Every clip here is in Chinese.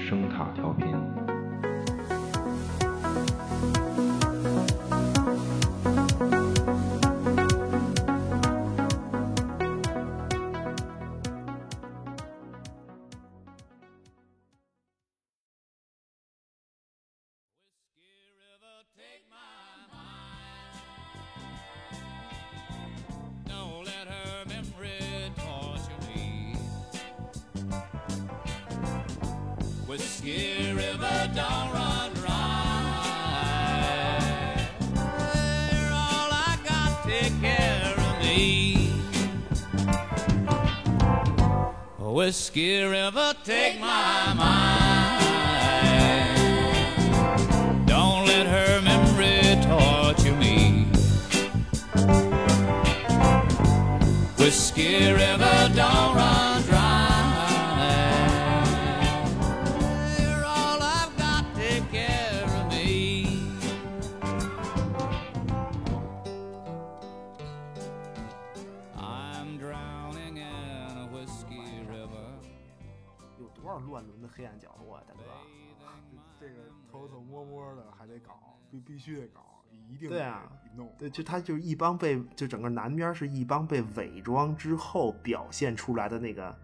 声塔调频。 Don't let her memory torture me. Whiskey River, don't run dry. You're all I got, take care of me. Whiskey River, take my mind. Don't let her memory torture me. Whiskey River, don't run dry. You're all I've got, take care of me. I'm drowning in a whiskey river. 有多少乱伦的黑暗角落啊，大哥？这个偷偷摸摸的还得搞，必必须得搞，一定对啊得弄。对，就他就是一帮被，就整个南边是一帮被伪装之后表现出来的那个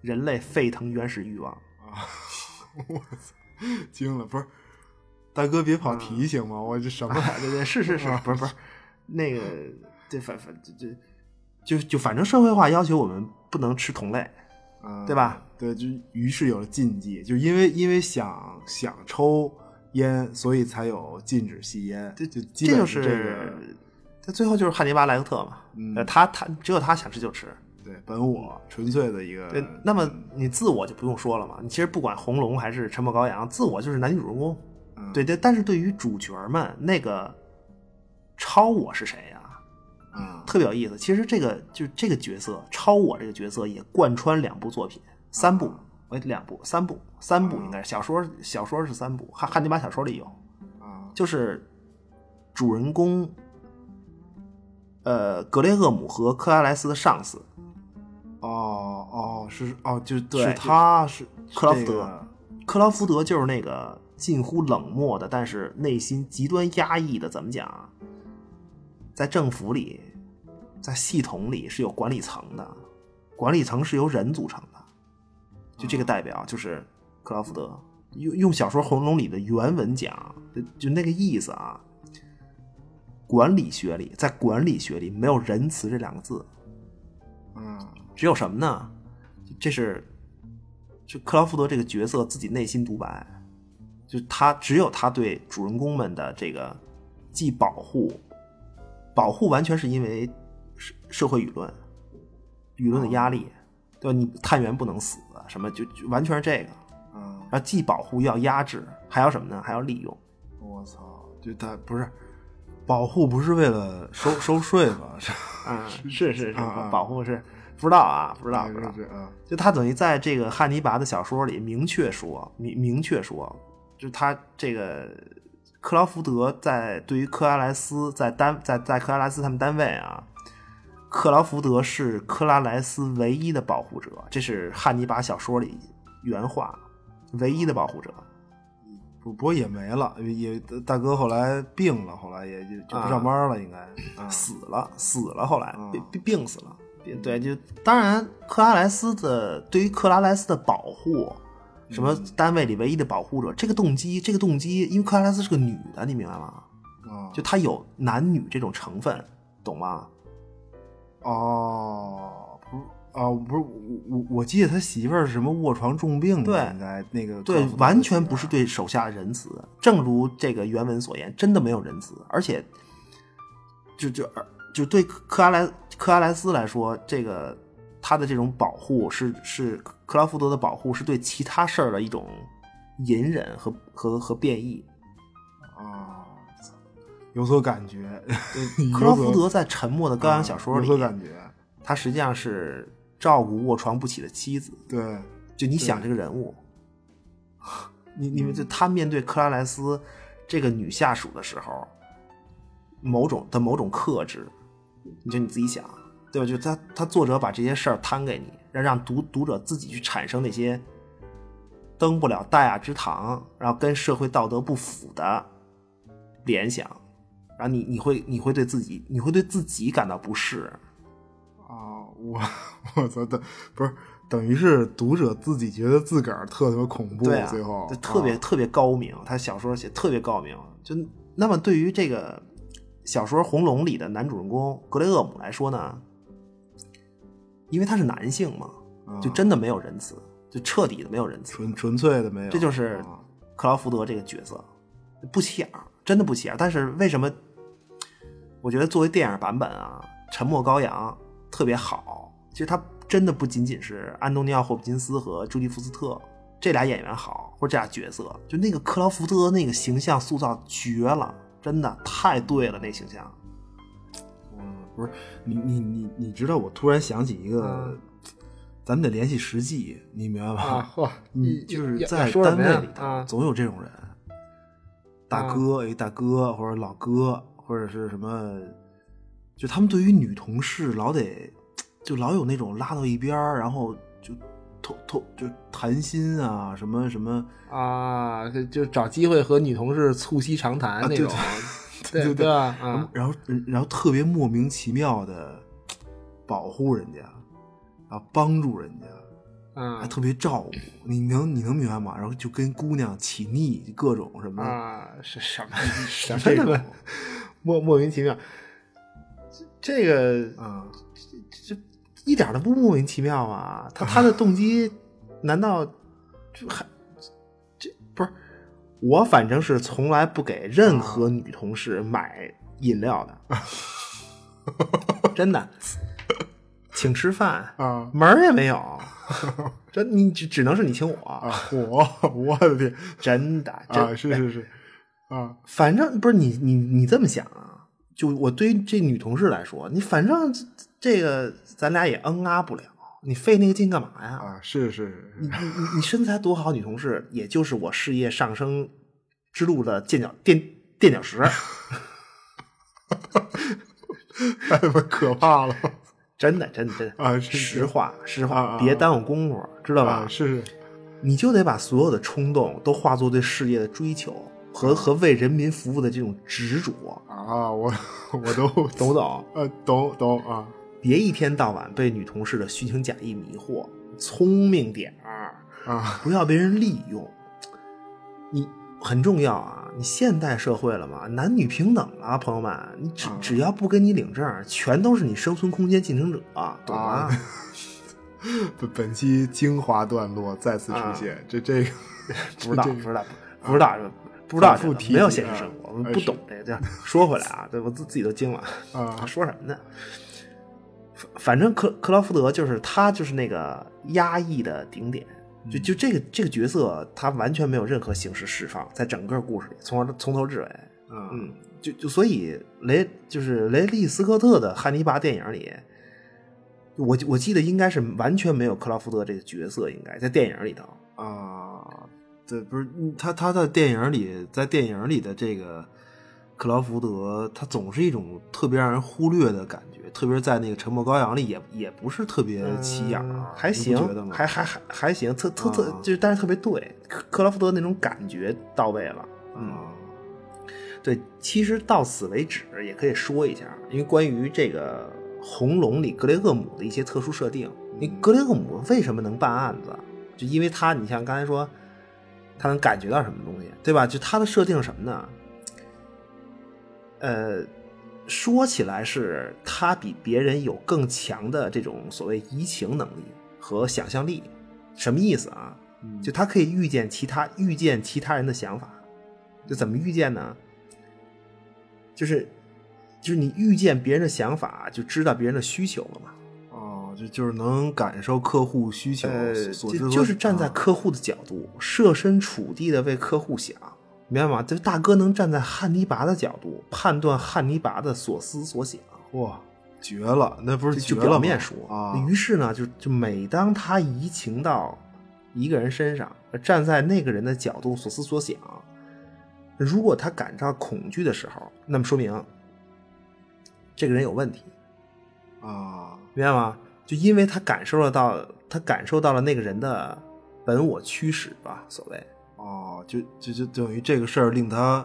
人类沸腾原始欲望。啊， 我操，惊了！不是，大哥别嗯跑题行吗？我这 什么？对对，是是是，不是不是，那个对反反这这就就反正社会化要求我们不能吃同类，嗯对吧？对，就于是有了禁忌，就因为因为想想抽烟，所以才有禁止吸烟。对就基这本就是这个他最后就是汉尼拔莱克特嘛，嗯呃他他只有他想吃就吃。对本我纯粹的一个。嗯对，那么你自我就不用说了嘛。你其实不管红龙还是沉默羔羊，自我就是男女主人公。嗯对对，但是对于主角们，那个超我是谁呀、啊，特别有意思。其实这个就这个角色，超我这个角色也贯穿两部作品，三部，哎，两部，三部，三部应该是小说，小说是三部，汉汉尼拔小说里有，啊就是主人公，呃，格雷厄姆和克拉莱斯的上司哦哦是哦，就对是他是克劳福德。这个克劳福德就是那个近乎冷漠的，但是内心极端压抑的，怎么讲啊？在政府里，在系统里是有管理层的，管理层是由人组成的，就这个代表就是克劳福德。用用小说《红楼梦》里的原文讲，就就那个意思啊。管理学里，在管理学里没有仁慈这两个字，嗯只有什么呢？这是就克劳福德这个角色自己内心独白，就他只有他对主人公们的这个既保护，保护完全是因为社社会舆论，舆论的压力，对吧？你探员不能死，什么就就完全是这个。嗯，然后既保护又要压制，还要什么呢？还要利用。我操，就他不是保护不是为了收收税吧？是嗯，是是是，啊啊保护是不知道啊，不知道不知道是。是啊，就他等于在这个汉尼拔的小说里明确说，明明确说，就他这个克劳福德在对于克拉莱斯在单在在克拉莱斯他们单位啊，克劳福德是克拉莱斯唯一的保护者，这是汉尼拔小说里原话，唯一的保护者。不不过也没了，也大哥后来病了，后来也就就不嗯上班了，应该啊死了，死了，后来嗯病病病死了。病对，就当然克拉莱斯的对于克拉莱斯的保护，什嗯么单位里唯一的保护者，这个动机，这个动机，因为克拉莱斯是个女的，你明白吗？啊，就她有男女这种成分，懂吗？哦，不是啊，不是我我我记得他媳妇儿是什么卧床重病对的，应该那个对克服，的啊完媳妇全儿不是对手下仁慈。正如这个原文所言，真的没有仁慈，而且就就就对克拉莱克拉莱斯来说，这个他的这种保护是是克拉福德的保护，是对其他事儿的一种隐忍和和和变异。啊，有所感觉， 有克拉所福德在《沉默的羔羊》小说有所里，感觉，他实际上是照顾卧床不起的妻子。对，就你想这个人物， 你你们就他面对克拉莱斯这个女下属的时候，某种的某种克制，你就你自己想，对吧？就他他作者把这些事儿摊给你，让让读读者自己去产生那些登不了大雅之堂，然后跟社会道德不符的联想，然后你你会你会对自己你会对自己感到不适，啊，我我操的不是。等于是读者自己觉得自个儿特他妈恐怖，对啊，最后就特别、特别高明，他小说写特别高明。就那么对于这个小说《红龙》里的男主人公格雷厄姆来说呢，因为他是男性嘛，啊就真的没有仁慈，就彻底的没有仁慈。纯纯粹的没有，这就是啊克劳福德这个角色不起眼儿，真的不起眼儿。但是为什么？我觉得作为电影版本啊，《沉默羔羊》特别好。其实它真的不仅仅是安东尼奥·霍普金斯和朱迪·福斯特这俩演员好，或者这俩角色，就那个克劳福德那个形象塑造绝了，真的太对了，那形象。嗯不是你你你你知道，我突然想起一个嗯，咱们得联系实际，你明白吧？嚯，你就是在说什单么位呀里头啊总有这种人，大哥哎一大哥或者老哥或者是什么，就他们对于女同事老得就老有那种拉到一边儿，然后就偷偷就谈心啊什么什么，啊，就就找机会和女同事促膝长谈啊那对种，对对嗯对吧？然后啊，然后然后特别莫名其妙的保护人家，啊帮助人家。还啊特别照顾，你能你能明白吗？然后就跟姑娘起腻，各种什么，啊，是什 么什么这他种妈莫莫名其妙，这这个啊，这一点都不莫名其妙啊！他他的动 机难道这还这不是？我反正是从来不给任何女同事买饮料 的，真的，请吃 饭啊门儿也没有， 这你只只能是你请我， 我我的天真 的，真啊，是是是啊，反正不是你你你这么想啊？就我对于这女同事来说，你反正这这个咱俩也嗯啊不了，你费那个劲干嘛呀？啊，是是是 你你你你身材多好，女同事也就是我事业上升之路的垫脚垫垫脚 石，太他妈可怕了真的真的真的啊！是实话实啊啊话啊，别耽误功夫，知道吧啊，？是是你就得把所有的冲动都化作对事业的追求和和为人民服务的这种执着，啊，我我都懂不懂？呃懂懂啊别一天到晚被女同事的虚情假意迷惑，聪明点儿，啊不要被人利用。你很重要啊！你现代社会了嘛，男女平等了，朋友们，你只啊只要不跟你领证，全都是你生存空间竞争者，懂吗啊？本本期精华段落再次出现，这这个不啊知道，这不个知道，不知道，不知道这反复个，提及没有现实生活，啊我们哎不是懂这个。这说回来啊，对我自自己都惊了。啊说什么呢？反反正克克劳福德就是他，就是那个压抑的顶点。就就这个这个角色，他完全没有任何形式释放，在整个故事里，从头从头至尾。啊嗯，就就所以雷就是雷利斯科特的《汉尼拔》电影里，我我记得应该是完全没有克劳福德这个角色，应该在电影里头。啊，对，不是嗯他他在电影里，在电影里的这个克劳福德，他总是一种特别让人忽略的感觉，特别是在那个《沉默羔羊》里也也不是特别起眼嗯儿，啊还你不行觉得，吗？还还还还行，特特特啊就是但是特别对，克克劳福德那种感觉到位了。啊对，其实到此为止也可以说一下，因为关于这个《红龙》里格雷厄姆的一些特殊设定。你格雷厄姆为什么能办案子？就因为他，你像刚才说，他能感觉到什么东西，对吧？就他的设定是什么呢？呃，说起来是他比别人有更强的这种所谓移情能力和想象力，什么意思啊？就他可以预见其他预见其他人的想法，就怎么预见呢？就是就是你预见别人的想法，就知道别人的需求了嘛。哦，就就是能感受客户需求呃，所所之就所就是站在啊客户的角度，设身处地的为客户想，明白吗？这大哥能站在汉尼拔的角度判断汉尼拔的所思所想，哇绝了，那不是就绝就了表吗面说啊于是呢，就就每当他移情到一个人身上，站在那个人的角度所思所想，如果他感到恐惧的时候，那么说明这个人有问题，啊明白吗？就因为他感受得到，他感受到了那个人的本我驱使吧，所谓。哦，就就就等于这个事儿令他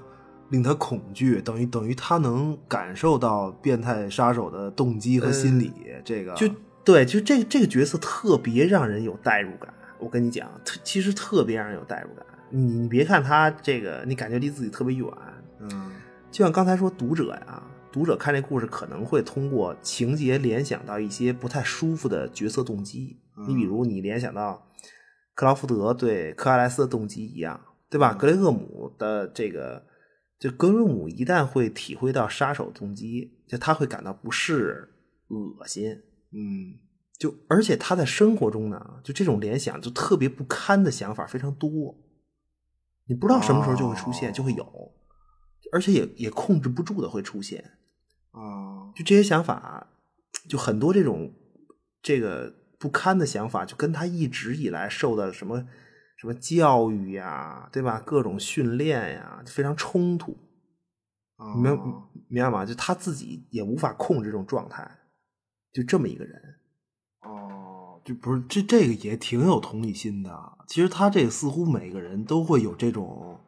令他恐惧，等于等于他能感受到变态杀手的动机和心理，这个嗯就对，就这这个角色特别让人有代入感。我跟你讲，特其实特别让人有代入感。你你别看他这个，你感觉离自己特别远，嗯就像刚才说，读者呀，读者看这故事可能会通过情节联想到一些不太舒服的角色动机。你比如，你联想到克劳福德对克莱斯的动机一样，对吧？格雷厄姆的这个，就格雷厄姆一旦会体会到杀手动机，就他会感到不适、恶心。嗯就而且他在生活中呢，就这种联想就特别不堪的想法非常多，你不知道什么时候就会出现，哦就会有，而且也也控制不住的会出现。啊就这些想法，就很多这种这个不堪的想法，就跟他一直以来受的什么什么教育呀，对吧？各种训练呀，就非常冲突。啊，你明明白吗？就他自己也无法控制这种状态，就这么一个人。哦，就不是这这个也挺有同理心的。其实他这个似乎每个人都会有这种，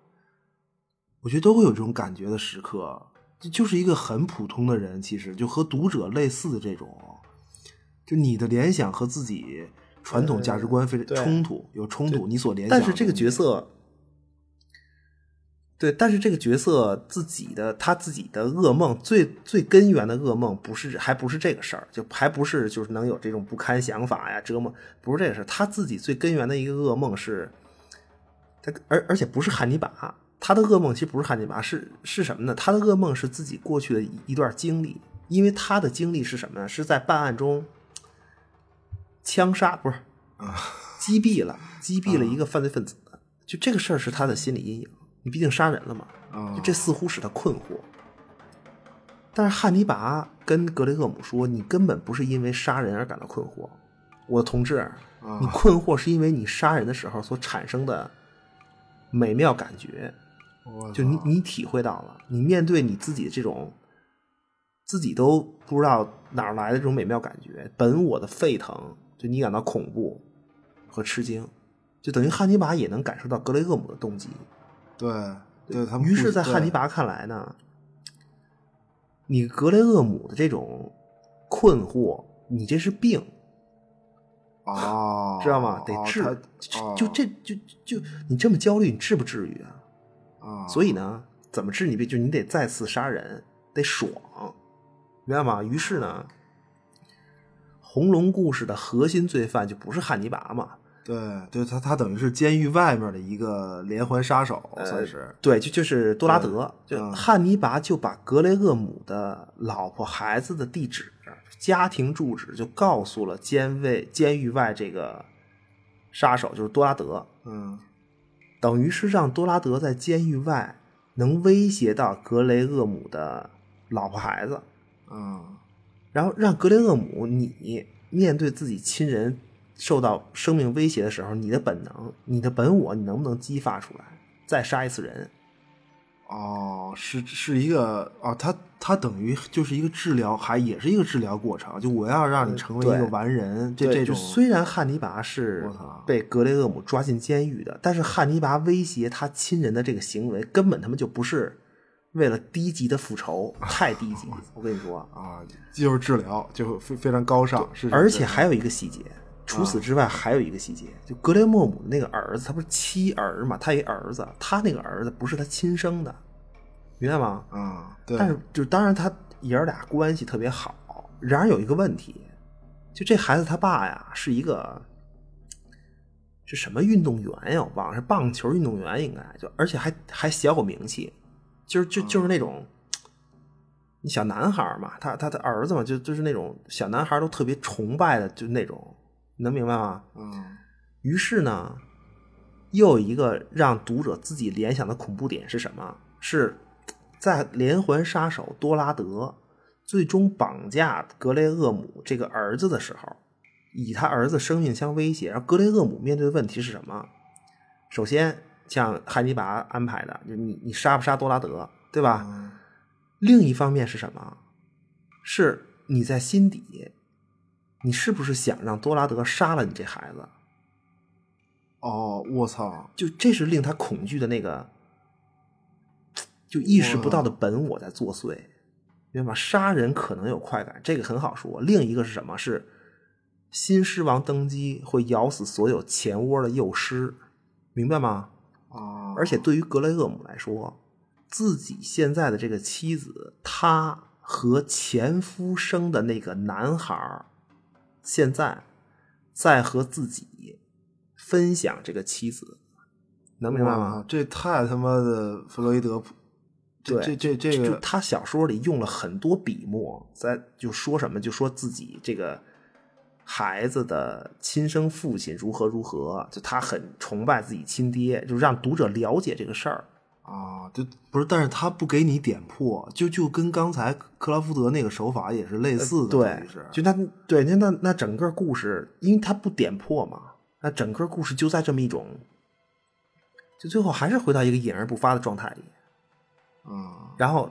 我觉得都会有这种感觉的时刻。这就是一个很普通的人，其实就和读者类似的这种，就你的联想和自己传统价值观非对常冲突，有冲突，你所联想但的东西。是这个角色，对，但是这个角色自己的他自己的噩梦，最最根源的噩梦，不是还不是这个事儿，就还不是就是能有这种不堪想法呀、折磨，不是这个事儿。他自己最根源的一个噩梦是，他而而且不是汉尼拔，他的噩梦其实不是汉尼拔，是是什么呢？他的噩梦是自己过去的一一段经历，因为他的经历是什么呢？是在办案中枪杀，不是击毙了，击毙了一个犯罪分子，就这个事儿是他的心理阴影。你毕竟杀人了嘛，啊，就这似乎使他困惑。但是汉尼拔跟格雷厄姆说：“你根本不是因为杀人而感到困惑，我同志，啊啊哦你困惑是因为你杀人的时候所产生的美妙感觉，我就你你体会到了，你面对你自己的这种自己都不知道哪儿来的这种美妙感觉，本我的沸腾，就你感到恐怖和吃惊，就等于汉尼拔也能感受到格雷厄姆的动机。对对他们互，于是，在汉尼拔拔看来呢，你格雷厄姆的这种困惑，你这是病，啊，知道吗？得哦治他，哦就就这就就你这么焦虑，你治不治愈啊？啊，所以呢，怎么治你病？就你得再次杀人，得爽，明白吗？于是呢，红龙故事的核心罪犯就不是汉尼拔嘛，对对，他他等于是监狱外面的一个连环杀手，呃算是对，就就是多拉德，对就嗯汉尼拔就把格雷厄姆的老婆孩子的地址、家庭住址就告诉了监卫监狱外这个杀手，就是多拉德，嗯等于是让多拉德在监狱外能威胁到格雷厄姆的老婆孩子。嗯然后让格雷厄姆你面对自己亲人受到生命威胁的时候，你的本能、你的本我，你能不能激发出来，再杀一次人？哦，是是一个哦，他他等于就是一个治疗，还也是一个治疗过程，就我要让你成嗯为对一个完人，这对这就种虽然汉尼拔是我操被格雷厄姆抓进监狱的，但是汉尼拔威胁他亲人的这个行为，根本他妈就不是为了低级的复仇，太低级。我跟你说，啊，就是治疗，就非非常高尚，是而且还有一个细节，除此之外还有一个细节，就格雷厄姆那个儿子，他不是妻儿嘛，他有一儿子，他那个儿子不是他亲生的，明白吗？啊，对，但是就当然他爷儿俩关系特别好，然而有一个问题，就这孩子他爸呀是一个是什么运动员呀？我忘了，是棒球运动员应该就，而且还还小有名气，就是就就是那种。你小男孩儿嘛，他他的儿子嘛，就就是那种小男孩儿都特别崇拜的，就那种，你能明白吗？嗯于是呢，又有一个让读者自己联想的恐怖点是什么？是在连环杀手多拉德最终绑架格雷厄姆这个儿子的时候，以他儿子生命相威胁。而格雷厄姆面对的问题是什么？首先，像汉尼拔安排的，就你你杀不杀多拉德，对吧？嗯另一方面是什么？是你在心底，你是不是想让多拉德杀了你这孩子？哦，我操，就这是令他恐惧的那个，就意识不到的本我在作祟，明白吧？杀人可能有快感，这个很好说。另一个是什么？是新狮王登基会咬死所有前窝的幼狮，明白吗？啊，而且对于格雷厄姆来说，自己现在的这个妻子，她和前夫生的那个男孩儿，现在在和自己分享这个妻子，能明白哇吗？这太他妈的弗洛伊德普，这对这这这就个他小说里用了很多笔墨，在就说什么就说自己这个孩子的亲生父亲如何如何，就他很崇拜自己亲爹，就让读者了解这个事儿。啊，就不是，但是他不给你点破，就就跟刚才克拉夫德那个手法也是类似的，呃对等于是，就那对那那那整个故事，因为它不点破嘛，那整个故事就在这么一种，就最后还是回到一个隐而不发的状态里。啊然后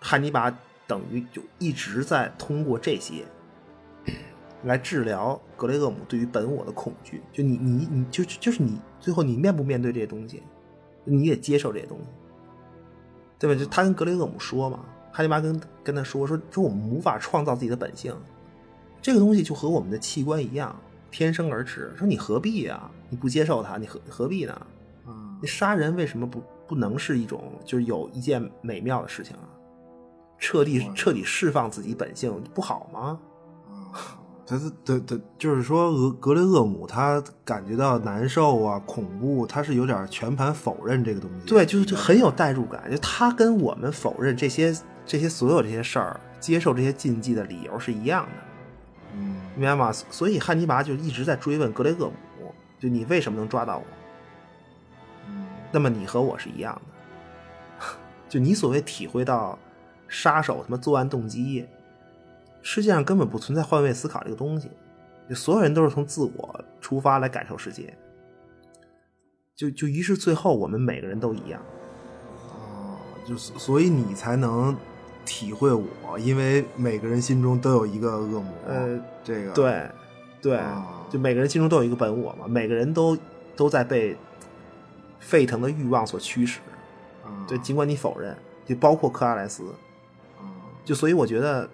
汉尼拔等于就一直在通过这些来治疗格雷厄姆对于本我的恐惧。就你你你就就就是你最后你面不面对这些东西，你也接受这些东西，对吧？就他跟格雷厄姆说嘛，汉尼拔跟跟他说说说我们无法创造自己的本性，这个东西就和我们的器官一样。天生而持，说你何必呀、你不接受它，你何何必呢？啊那杀人为什么不不能是一种就是有一件美妙的事情啊？彻底彻底释放自己本性不好吗？啊，他是对对，就是说格格雷厄姆他感觉到难受啊、恐怖，他是有点全盘否认这个东西，对，就是就很有代入感。就他跟我们否认这些这些所有这些事儿，接受这些禁忌的理由是一样的，嗯明白吗？所以汉尼拔就一直在追问格雷厄姆，就你为什么能抓到我？嗯那么你和我是一样的， 就你所谓体会到杀手什么作案动机，世界上根本不存在换位思考这个东西，就所有人都是从自我出发来感受世界，就就于是最后我们每个人都一样，啊，就是所以你才能体会我，因为每个人心中都有一个恶魔，呃，这个对，对啊，就每个人心中都有一个本我嘛，每个人都都在被沸腾的欲望所驱使，啊对，尽管你否认，就包括克拉莱斯，啊就所以我觉得，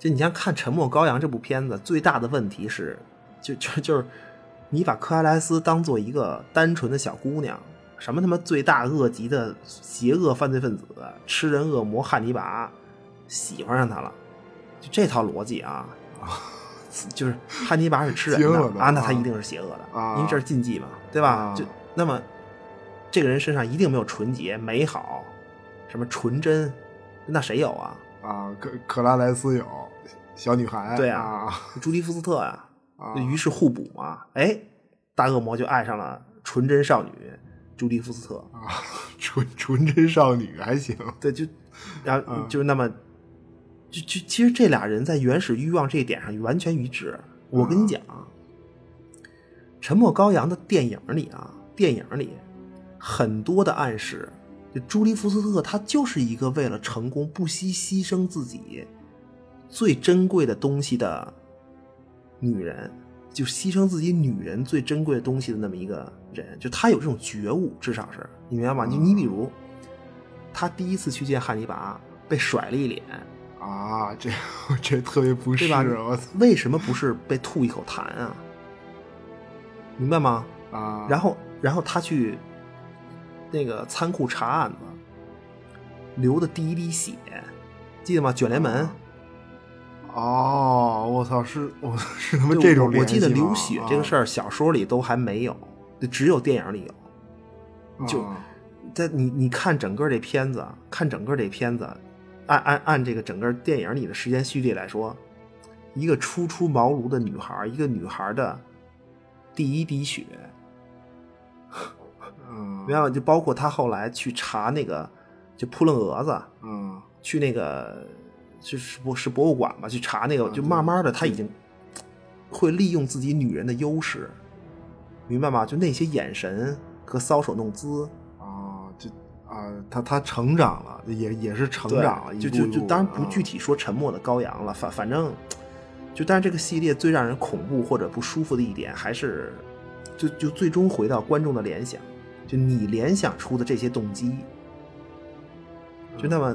就你像看《沉默羔羊》这部片子，最大的问题是，就就就是你把克莱莱斯当做一个单纯的小姑娘，什么他妈罪大恶极的邪恶犯罪分子、吃人恶魔汉尼拔，喜欢上他了，就这套逻辑 啊。就是汉尼拔是吃人邪的恶的啊，那啊他一定是邪恶的，啊因为这是禁忌嘛，对吧？啊就那么，这个人身上一定没有纯洁、美好，什么纯真，那谁有啊？啊，克克拉莱斯有小女孩，对啊啊朱迪福斯特啊，啊就于是互补嘛。哎，大恶魔就爱上了纯真少女朱迪福斯特，啊，纯纯真少女还行，对，就然嗯后就是那么，就就其实这俩人在原始欲望这一点上完全一致。我嗯跟你讲，沉默羔羊》的电影里啊，电影里很多的暗示，就朱利福斯特他就是一个为了成功不惜牺牲自己最珍贵的东西的女人，就牺牲自己女人最珍贵的东西的那么一个人，就他有这种觉悟，至少是你明白嗯吗？就你比如，他第一次去见汉尼拔，被甩了一脸，啊，这 这特别不适，对吧我操为什么不是被吐一口痰啊？明白吗？啊！然后，然后他去那个仓库查案子，流的第一滴血，记得吗？卷帘门，啊哦，我操，是我是他妈对这种我我记得联系吗流血这个事儿，小说里都还没有，就只有电影里有。啊就啊在你你看整个这片子，啊，看整个这片子，按按按这个整个电影里的时间序列来说，一个初出茅庐的女孩，一个女孩的第一滴血，嗯明白吗？就包括她后来去查那个，就扑棱蛾子，嗯去那个就是博是博物馆吧，去查那个，啊就对慢慢的他已经会利用自己女人的优势，明白吗？就那些眼神和搔首弄姿，啊，这啊，他他成长了，也也是成长了，对就一步就一就步啊当然的不具，体说《沉默的羔羊》了，反反正就但是这个系列最让人恐怖或者不舒服的一点还是就就最终回到观众的联想，就你联想出的这些动机，嗯就那么，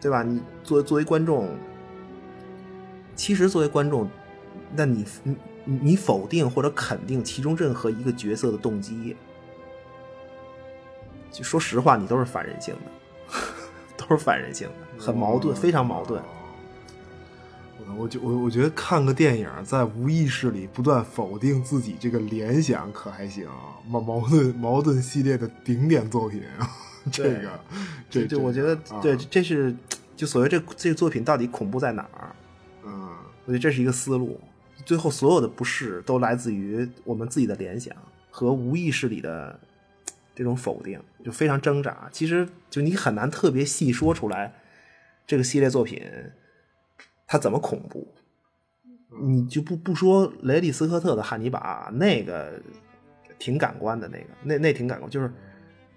对吧？你作为作为观众，其实作为观众，那你你你否定或者肯定其中任何一个角色的动机，就说实话，你都是反人性的， 都是反人性哦的，很矛盾，非常矛盾。嗯我觉我我觉得看个电影，在无意识里不断否定自己这个联想，可还行、啊？矛矛盾矛盾系列的顶点作品啊， 这个，这就我觉得，啊、对，这是就所谓这这个作品到底恐怖在哪儿？嗯，我觉得这是一个思路。最后所有的不适都来自于我们自己的联想和无意识里的这种否定，就非常挣扎。其实就你很难特别细说出来这个系列作品。他怎么恐怖？你就不不说雷利斯科特的《汉尼拔》，那个挺感官的，那个那那挺感官，就是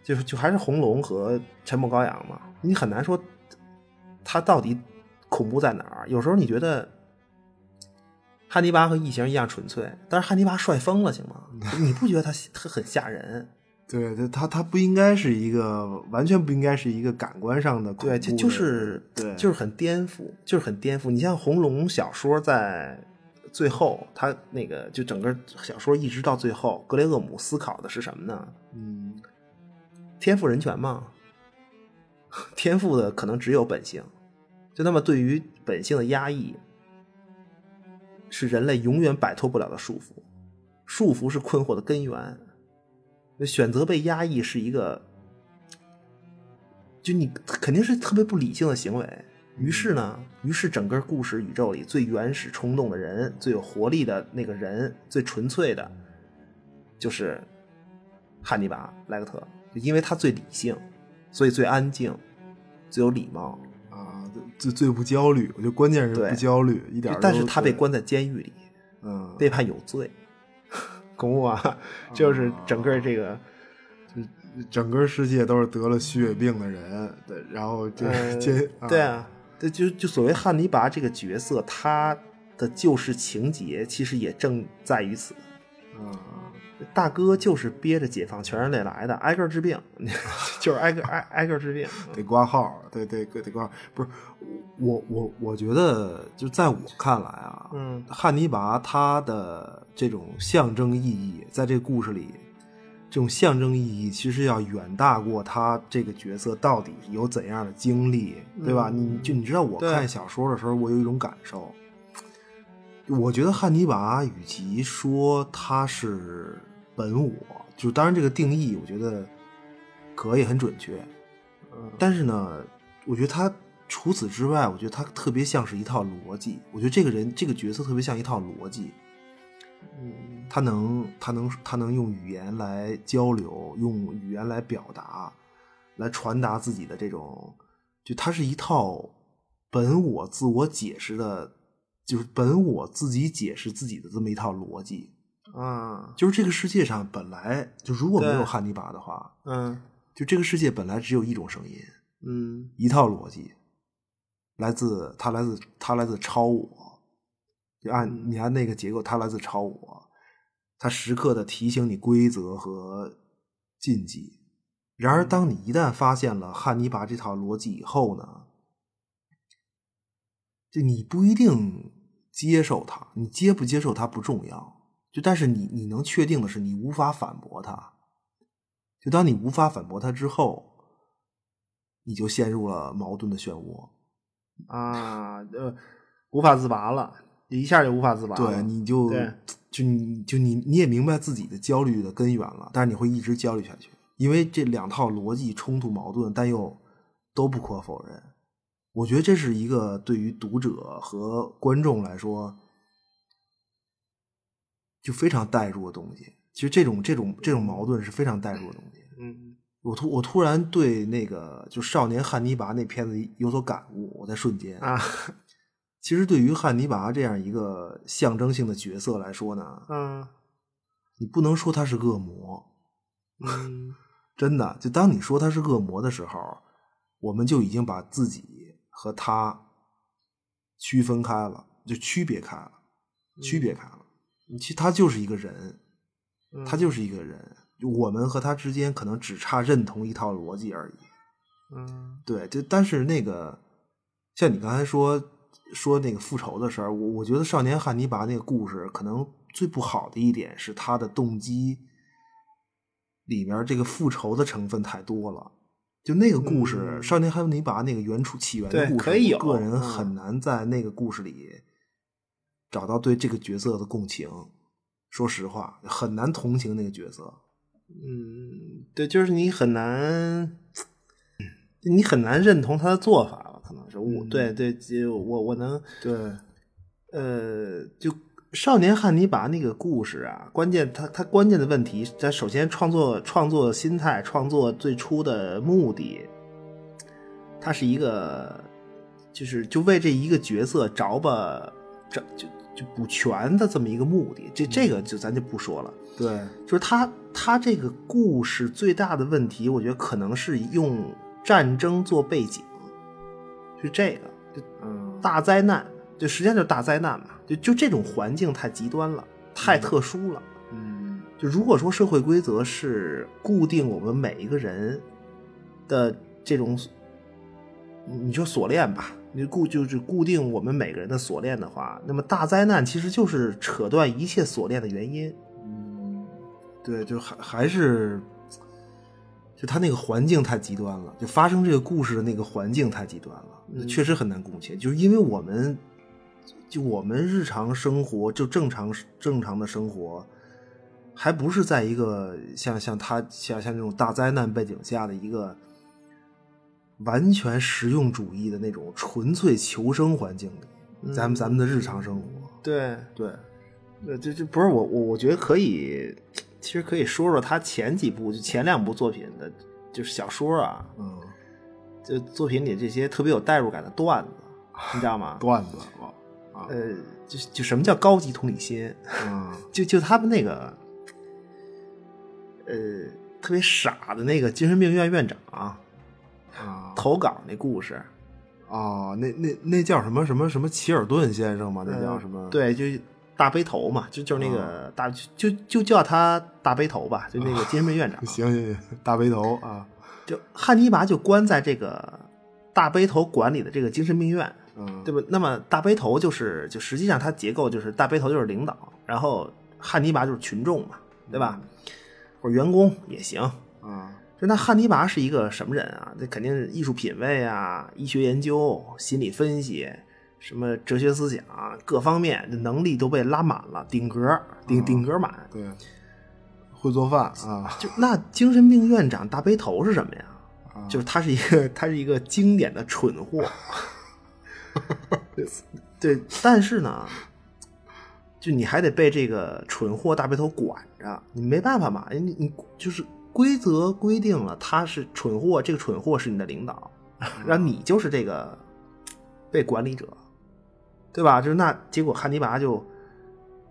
就是就还是红龙和沉默羔羊嘛，你很难说他到底恐怖在哪儿。有时候你觉得汉尼拔和异形一样纯粹，但是汉尼拔帅疯了，行吗？ 你不觉得他他很吓人？对，他他他不应该是一个，完全不应该是一个感官上的恐怖对，的，就就是对，就是很颠覆，就是很颠覆。你像红龙小说在最后，他那个就整个小说一直到最后，格雷厄姆思考的是什么呢？嗯天赋人权嘛，天赋的可能只有本性，就那么对于本性的压抑，是人类永远摆脱不了的束缚，束缚是困惑的根源。选择被压抑是一个，就你肯定是特别不理性的行为。于是呢，于是整个故事宇宙里最原始冲动的人，最有活力的那个人，最纯粹的，就是汉尼拔·莱克特，就因为他最理性，所以最安静，最有礼貌。啊，最最不焦虑，我觉得关键是对不焦虑，一点儿都。但是他被关在监狱里，嗯，被判有罪， 公务啊，就是整个这个。整个世界都是得了虚血病的人，对，然后这呃这、啊对啊，对，就就所谓汉尼拔这个角色，他的救世情节其实也正在于此。啊，大哥就是憋着解放全人类来的，挨个儿治病， 就是挨个挨挨个儿治病。得挂号，对对得挂号。不是我我我觉得，就在我看来啊，嗯汉尼拔他的这种象征意义，在这个故事里，这种象征意义其实要远大过他这个角色到底有怎样的经历，对吧？你就你知道，我对看小说的时候，我有一种感受，我觉得汉尼拔与其说他是本我，就当然这个定义，我觉得可以很准确，但是呢，我觉得他除此之外，我觉得他特别像是一套逻辑。我觉得这个人这个角色特别像一套逻辑，他能他能他能用语言来交流，用语言来表达，来传达自己的这种，就它是一套本我自我解释的，就是本我自己解释自己的这么一套逻辑。啊，就是这个世界上本来就如果没有对汉尼拔的话，嗯就这个世界本来只有一种声音，嗯一套逻辑，来自它来自它来自超我，就按你按那个结构，它来自超我，它时刻的提醒你规则和禁忌。然而，当你一旦发现了汉尼拔这套逻辑以后呢，就你不一定接受它，你接不接受它不重要，就但是你你能确定的是，你无法反驳它。就当你无法反驳它之后，你就陷入了矛盾的漩涡。啊，呃，无法自拔了，一下就无法自拔了。对，你就对就你就你你也明白自己的焦虑的根源了，但是你会一直焦虑下去，因为这两套逻辑冲突矛盾，但又都不可否认。我觉得这是一个对于读者和观众来说就非常代入的东西。其实这种这种这种矛盾是非常代入的东西。嗯，我突我突然对那个就《少年汉尼拔》那片子有所感悟，我在瞬间啊，其实对于汉尼拔这样一个象征性的角色来说呢，嗯你不能说他是恶魔，嗯 真的，就当你说他是恶魔的时候，我们就已经把自己和他区分开嗯了，就区别开了，区别开了。其实他就是一个人，嗯他就是一个人，我们和他之间可能只差认同一套逻辑而已。嗯对，就但是那个，像你刚才说说那个复仇的事儿，我我觉得《少年汉尼拔》那个故事可能最不好的一点是他的动机里面这个复仇的成分太多了。就那个故事，嗯少年汉尼拔》那个原初起源对的故事，可以有我个人嗯很难在那个故事里找到对这个角色的共情。说实话，很难同情那个角色。嗯，对，就是你很难，你很难认同他的做法吧？可能是我、嗯对对，就我我能对，嗯呃，就《少年汉尼拔》那个故事啊，关键它它关键的问题，它首先创作创作心态，创作最初的目的，它是一个，就是就为这一个角色着吧着就就补全的这么一个目的，这这个就咱就不说了。对，就是他他这个故事最大的问题，我觉得可能是用战争做背景，是这个，就嗯，大灾难，就实际上就是大灾难嘛，就就这种环境太极端了，太特殊了。嗯，就如果说社会规则是固定我们每一个人的这种，你说锁链吧，你固就是固定我们每个人的锁链的话，那么大灾难其实就是扯断一切锁链的原因。嗯，对，就还还是，就他那个环境太极端了，就发生这个故事的那个环境太极端了，嗯确实很难共情。就是因为我们，就我们日常生活，就正常正常的生活，还不是在一个像像他像像这种大灾难背景下的一个。完全实用主义的那种纯粹求生环境里，咱们咱们的日常生活，嗯对，对，呃，这这不是我我我觉得可以，其实可以说说他前几部就前两部作品的，就是小说啊，嗯，就作品里这些特别有代入感的段子，你知道吗？ 段子啊，啊呃，就就什么叫高级同理心？嗯。 就就他们那个，呃，特别傻的那个精神病院院长啊啊投稿那故事，哦，那那那叫什么什么什么齐尔顿先生吗？那呃叫什么？，啊对，就大背头嘛，就就是那个大，就就叫他大背头吧，就那个精神病院长。 行行行，大背头啊，就汉尼拔就关在这个大背头管理的这个精神病院，嗯，对吧？那么大背头就是就实际上它结构就是大背头就是领导，然后汉尼拔就是群众嘛，对吧？嗯或者员工也行。啊，就那汉尼拔是一个什么人啊？那肯定是艺术品位啊、医学研究、心理分析、什么哲学思想各方面的能力都被拉满了，顶格顶顶格满。嗯对，会做饭啊， 就那精神病院长大背头是什么呀？啊就是他是一个，他是一个经典的蠢货。 对，但是呢，就你还得被这个蠢货大背头管着，你没办法嘛，哎你你就是规则规定了他是蠢货，这个蠢货是你的领导，然后你就是这个被管理者，对吧？就是那结果汉尼拔就，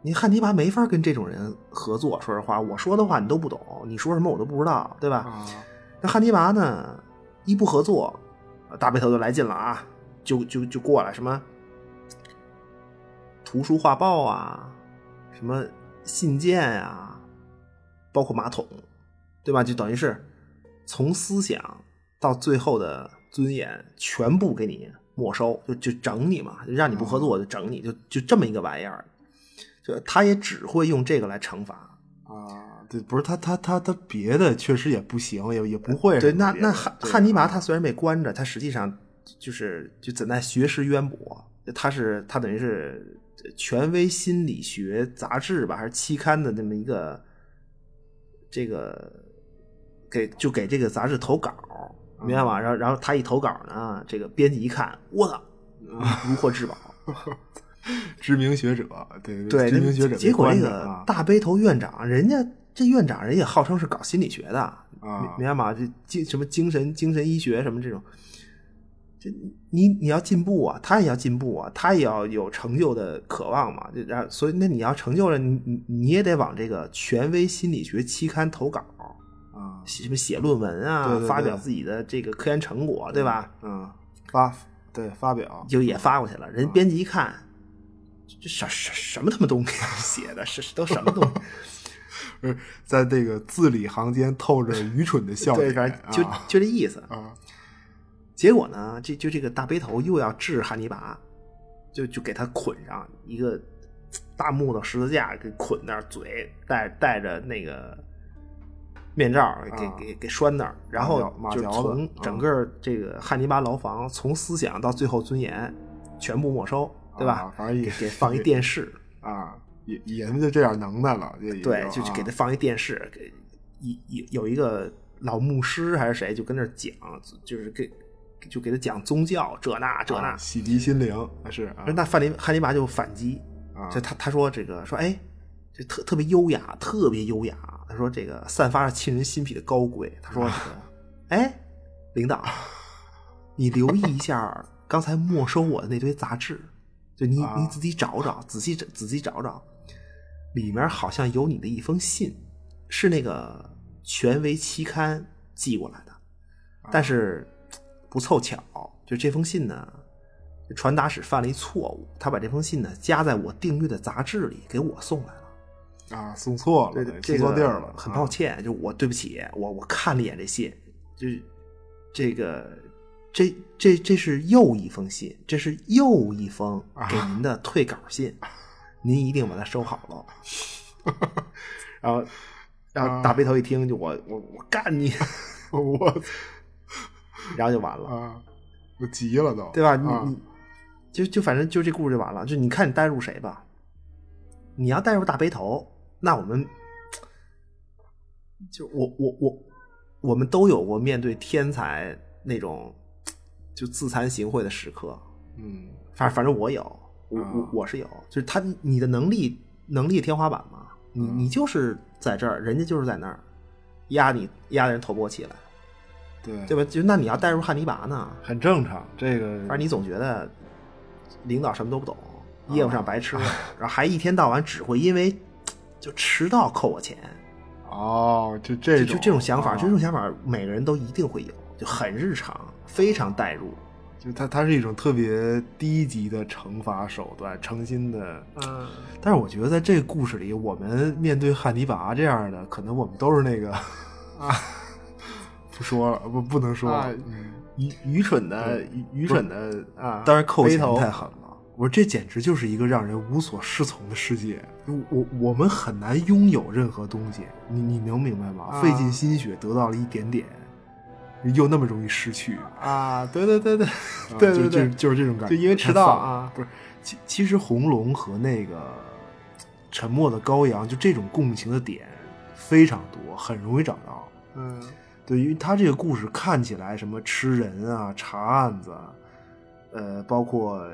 你汉尼拔没法跟这种人合作。说实话，我说的话你都不懂，你说什么我都不知道，对吧？啊，那汉尼拔呢，一不合作，呃大背头就来劲了啊，就就就过来什么图书画报啊，什么信件啊，包括马桶，对吧？就等于是从思想到最后的尊严，全部给你没收，就就整你嘛，就让你不合作我就整你，就就这么一个玩意儿。就他也只会用这个来惩罚，啊，对，不是他他他他别的确实也不行，也也不会对，什么那别的那汉对汉尼拔他虽然被关着，他实际上就是就怎奈学识渊博，他是他等于是权威心理学杂志吧，还是期刊的那么一个这个给就给这个杂志投稿，明白嗯吗？然后然后他一投稿呢，这个编辑一看，我 操，如获至宝。知名学者，对对，知那名学者被结果关那着个啊大背头院长，人家这院长人也号称是搞心理学的，啊明白吗？这精什么精神精神医学什么这种，这你你要进步啊，他也要进步啊，他也要有成就的渴望嘛。这然后所以那你要成就了，你你你也得往这个权威心理学期刊投稿，啊写什么写论文啊，对对对发表自己的这个科研成果，对吧？嗯，发对发表就也发过去了。嗯人编辑一看，这这什什什么他妈东西写的，是都什么东西？是在这个字里行间透着愚蠢的 笑 对，点，反正就啊就这意思。啊结果呢，这就这个大背头又要治汉尼拔，就就给他捆上一个大木头十字架，给捆那儿，嘴戴戴着那个面罩，给啊给给拴那儿，然马后脚马就是嚼子嗯从整个这个汉尼拔牢房，从思想到最后尊严，全部没收，对吧？啊反正也给给 放一电视，啊，也也他妈就这点能耐了，也也对，就就啊是给他放一电视，给一一有一个老牧师还是谁，就跟那儿讲，就是给就给他讲宗教这那这那啊。洗涤心灵是啊那范林汉尼拔就反击，啊就他他说这个说哎，这特特别优雅，特别优雅。他说这个散发着沁人心脾的高贵。他说这啊个， 哎，领导，你留意一下刚才没收我的那堆杂志，就你啊你自己找找，仔细找仔细找找，里面好像有你的一封信，是那个权威期刊寄过来的，但是不凑巧，就这封信呢，传达室犯了一错误，他把这封信呢夹在我订阅的杂志里给我送来了。啊送错了，对，送这错个地儿了，很啊抱歉，就我对不起，我我看了一眼这信，就是这个这这这是又一封信，这是又一封啊给您的退稿信，您一定把它收好了。 然后，然后大背头一听就我我我干你，啊 我然后就完了。啊，我急了都，对吧？你、啊你就就反正就这故事就完了，就你看你带入谁吧。你要带入大背头，那我们就我我我我们都有过面对天才那种就自惭形秽的时刻，嗯反反正我有，我我啊我是有，就是他你的能力能力天花板嘛，你嗯你就是在这儿，人家就是在那儿压你压的人头不过气来，对，对吧？就那你要带入汉尼拔呢，很正常，这个反正你总觉得领导什么都不懂，业务上白痴，然后还一天到晚只会因为就迟到扣我钱，哦，就就这就种这种想法，啊就这种想法每个人都一定会有，就很日常，非常代入。就它它是一种特别低级的惩罚手段，诚心的。嗯，但是我觉得在这个故事里，我们面对汉尼拔这样的，可能我们都是那个啊，不说了，不不能说了。啊嗯愚愚蠢的对愚愚蠢的啊，当然扣背钱头太狠了。我说这简直就是一个让人无所适从的世界，我我我们很难拥有任何东西，你你能明白吗？啊费尽心血得到了一点点，又那么容易失去， 啊，对对对对啊对对就对就，就是这种感觉，就因为迟到啊不是，其其实红龙和那个沉默的羔羊，就这种共情的点非常多，很容易找到。嗯，对，因为他这个故事看起来什么吃人啊、查案子啊，呃，包括呃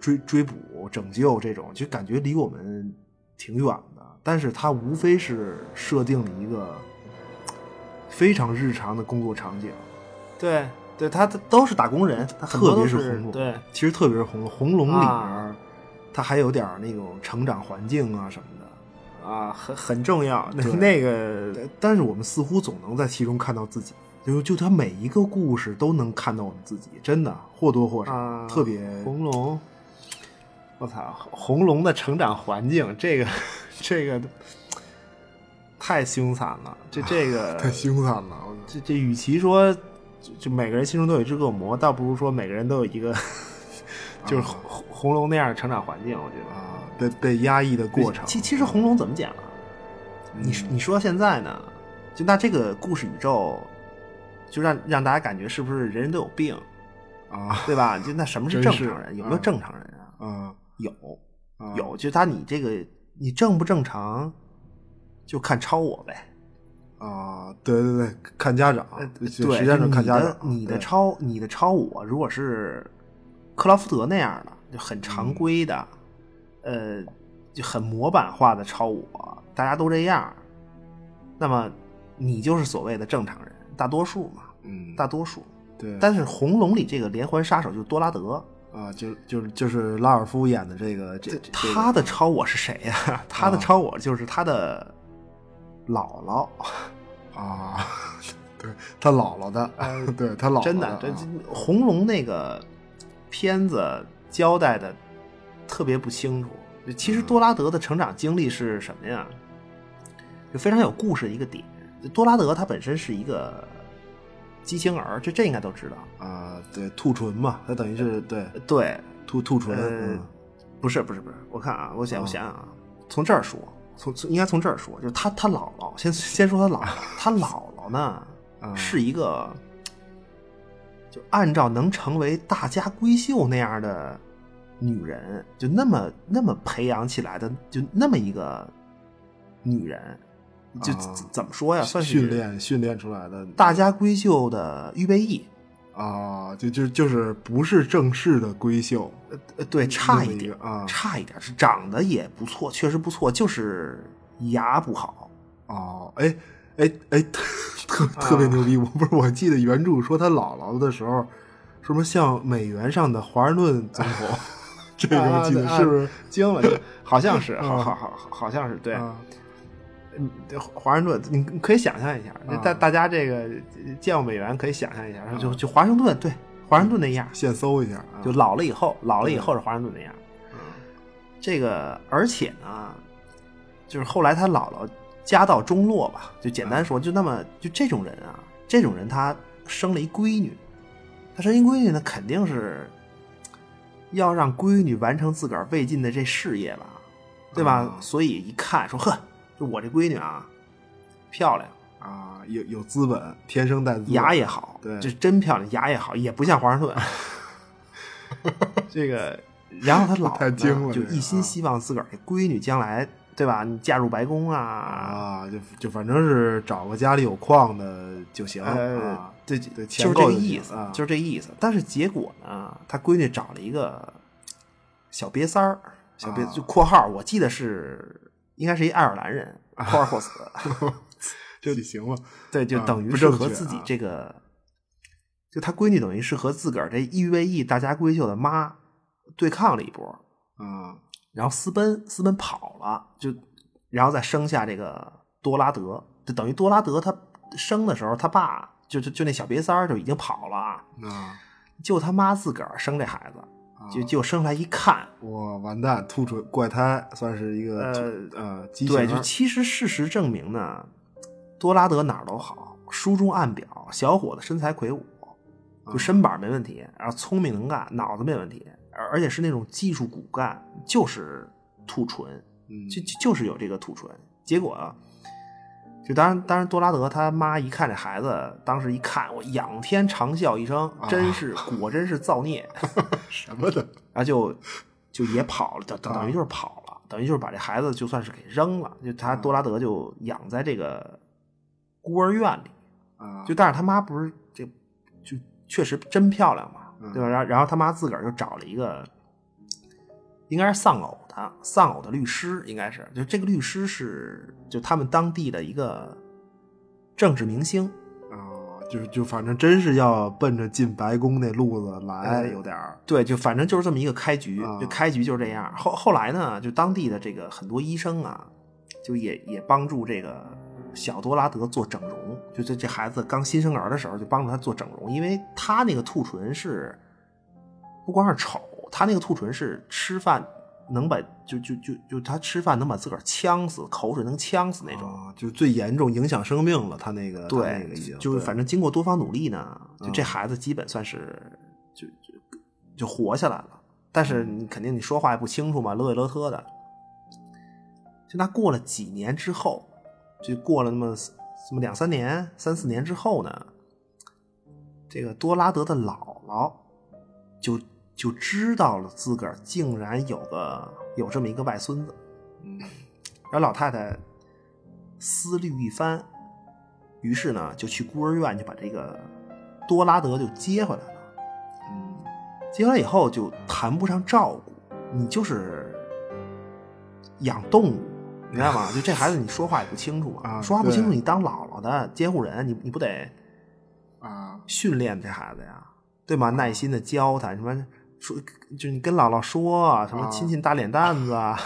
追追捕、拯救这种，就感觉离我们挺远的。但是它无非是设定了一个非常日常的工作场景，对对，他都是打工人，他很多特都别是红龙，对，其实特别是红龙，红龙里面、啊它还有点儿那种成长环境啊什么的，啊，很很重要，那对那个但但是我们似乎总能在其中看到自己，就就它每一个故事都能看到我们自己，真的或多或少，啊特别红龙，我操，红龙的成长环境，这个 这个太凶残了，这这个太凶残了，我这这与其说就就每个人心中都有一只恶魔，倒不如说每个人都有一个 就是红红红龙那样的成长环境，我觉得啊被被压抑的过程，其其实红龙怎么讲啊？你说你说到现在呢，就那这个故事宇宙，就让让大家感觉是不是人人都有病， 啊对吧？就那什么是真正是常人？有没有啊正常人啊？啊有，啊有，就他你这个你正不正常，就看超我呗。啊，对对对，看家长，就呃对，实际上就就是看你家的长，你的对超你的超我，如果是克劳福德那样的，就很嗯常规的，呃，就很模板化的超我，大家都这样，那么你就是所谓的正常人，大多数嘛，嗯，大多数。对，但是《红龙》里这个连环杀手就是多拉德，啊，就就是就是拉尔夫演的这个这这这个他的超我是谁呀、他的啊超我就是他的姥姥。啊，对他姥姥的，对他姥姥呃真的的啊，这这红龙那个片子交代的特别不清楚。其实多拉德的成长经历是什么呀？就非常有故事的一个点。多拉德他本身是一个畸形儿，这这应该都知道。啊，对，兔唇嘛，它等于是对对，兔兔唇，呃嗯哦不是不是不是，我看啊，我想我想想啊，从这儿说，从从应该从这儿说，就是他他姥姥，先先说他姥姥， 他姥姥呢啊是一个，就按照能成为大家闺秀那样的女人，就那么那么培养起来的，就那么一个女人，就啊怎怎么说呀，算是训练训练出来的大家闺秀的预备役，啊，就就就是不是正式的闺秀，呃，对，差那么一一点个啊差一点是长得也不错，确实不错，就是牙不好。哦，哎哎哎，特啊特别牛逼！我不是我记得原著说他姥姥的时候，什么像美元上的华盛顿总统， 这个啊我记得是不是？ 惊了，好像是，好啊好好，好好像是对。啊嗯，华盛顿，你你可以想象一下，那大啊大家这个呃见过美元可以想象一下，然后就就华盛顿，对，华盛顿那样，现搜一下啊，嗯就老了以后，老了以后是华盛顿那样。这个，而且呢，就是后来他姥姥家道中落吧，就简单嗯说，就那么就这种人啊，这种人他生了一闺女，他生一闺女呢，肯定是要让闺女完成自个儿未尽的这事业吧，对吧？嗯所以一看说，呵，就我这闺女啊，漂亮，啊，有有资本，天生带资本，牙也好，对这真漂亮，牙也好，也不像华盛 顿。这个， 然后他姥太姥精呢了就这个一心啊希望自个儿这闺女将来，对吧？你嫁入白宫啊，啊，就就反正是找个家里有矿的就行呃啊，，对，对就是钱这够个就行意思啊，就是这意思。但是结果呢，他闺女找了一个小瘪三儿，小瘪啊就括号，我记得是应该是一爱尔兰人，括号霍 斯，就行了对，就啊等于不是正和确自己啊这个，就他闺女等于是和自个儿这预备役大家闺秀的妈对抗了一波，啊然后私奔，私奔跑了，就然后再生下这个多拉德，就等于多拉德他生的时候，他爸就就就那小瘪三儿就已经跑了啊，啊，就他妈自个儿生这孩子，就啊就生来一看，我完蛋，吐出怪胎，算是一个呃吐呃畸形对，儿，就其实事实证明呢，多拉德哪儿都好，书中暗表，小伙子身材魁梧，就身板没问题，然后聪明能干，脑子没问题，而而且是那种技术骨干，就是兔唇，嗯就就就是有这个兔唇。结果啊，就当然当然，多拉德他妈一看这孩子，当时一看，我仰天长啸一声，真是、果真是造孽。什么的然后就就也跑了，等等等于就是跑了，等于就是把这孩子就算是给扔了，就他多拉德就养在这个孤儿院里，啊，就但是他妈不是这就确实真漂亮嘛，对吧？然后然后他妈自个儿就找了一个，应该是丧偶的丧偶的律师，应该是就这个律师是就他们当地的一个政治明星，啊，就是就反正真是要奔着进白宫那路子来，啊嗯有点儿对，就反正就是这么一个开局，啊就开局就是这样。后后来呢，就当地的这个很多医生啊，就也也帮助这个小多拉德做整容，就这这孩子刚新生儿的时候就帮助他做整容，因为他那个兔唇是不光是丑，他那个兔唇是吃饭能把就就就就他吃饭能把自个儿呛死，口水能呛死那种。啊，就是最严重影响生命了，他那个他那个对已经，就是对反正经过多方努力呢，就嗯这孩子基本算是就就就活下来了。但是嗯你肯定你说话也不清楚嘛，勒里勒特的。就那过了几年之后，就过了那么什么两三年、三四年之后呢，这个多拉德的姥姥就就知道了自个儿竟然有个有这么一个外孙子，然后老太太思虑一番，于是呢就去孤儿院就把这个多拉德就接回来了。嗯接回来以后就谈不上照顾，你就是养动物，明白吗？就这孩子你说话也不清楚啊说话不清楚，对你当姥姥的监护人，你你不得啊训练这孩子呀，对吗？耐心的教他什么说，就你跟姥姥说啊什么啊亲亲大脸蛋子 啊，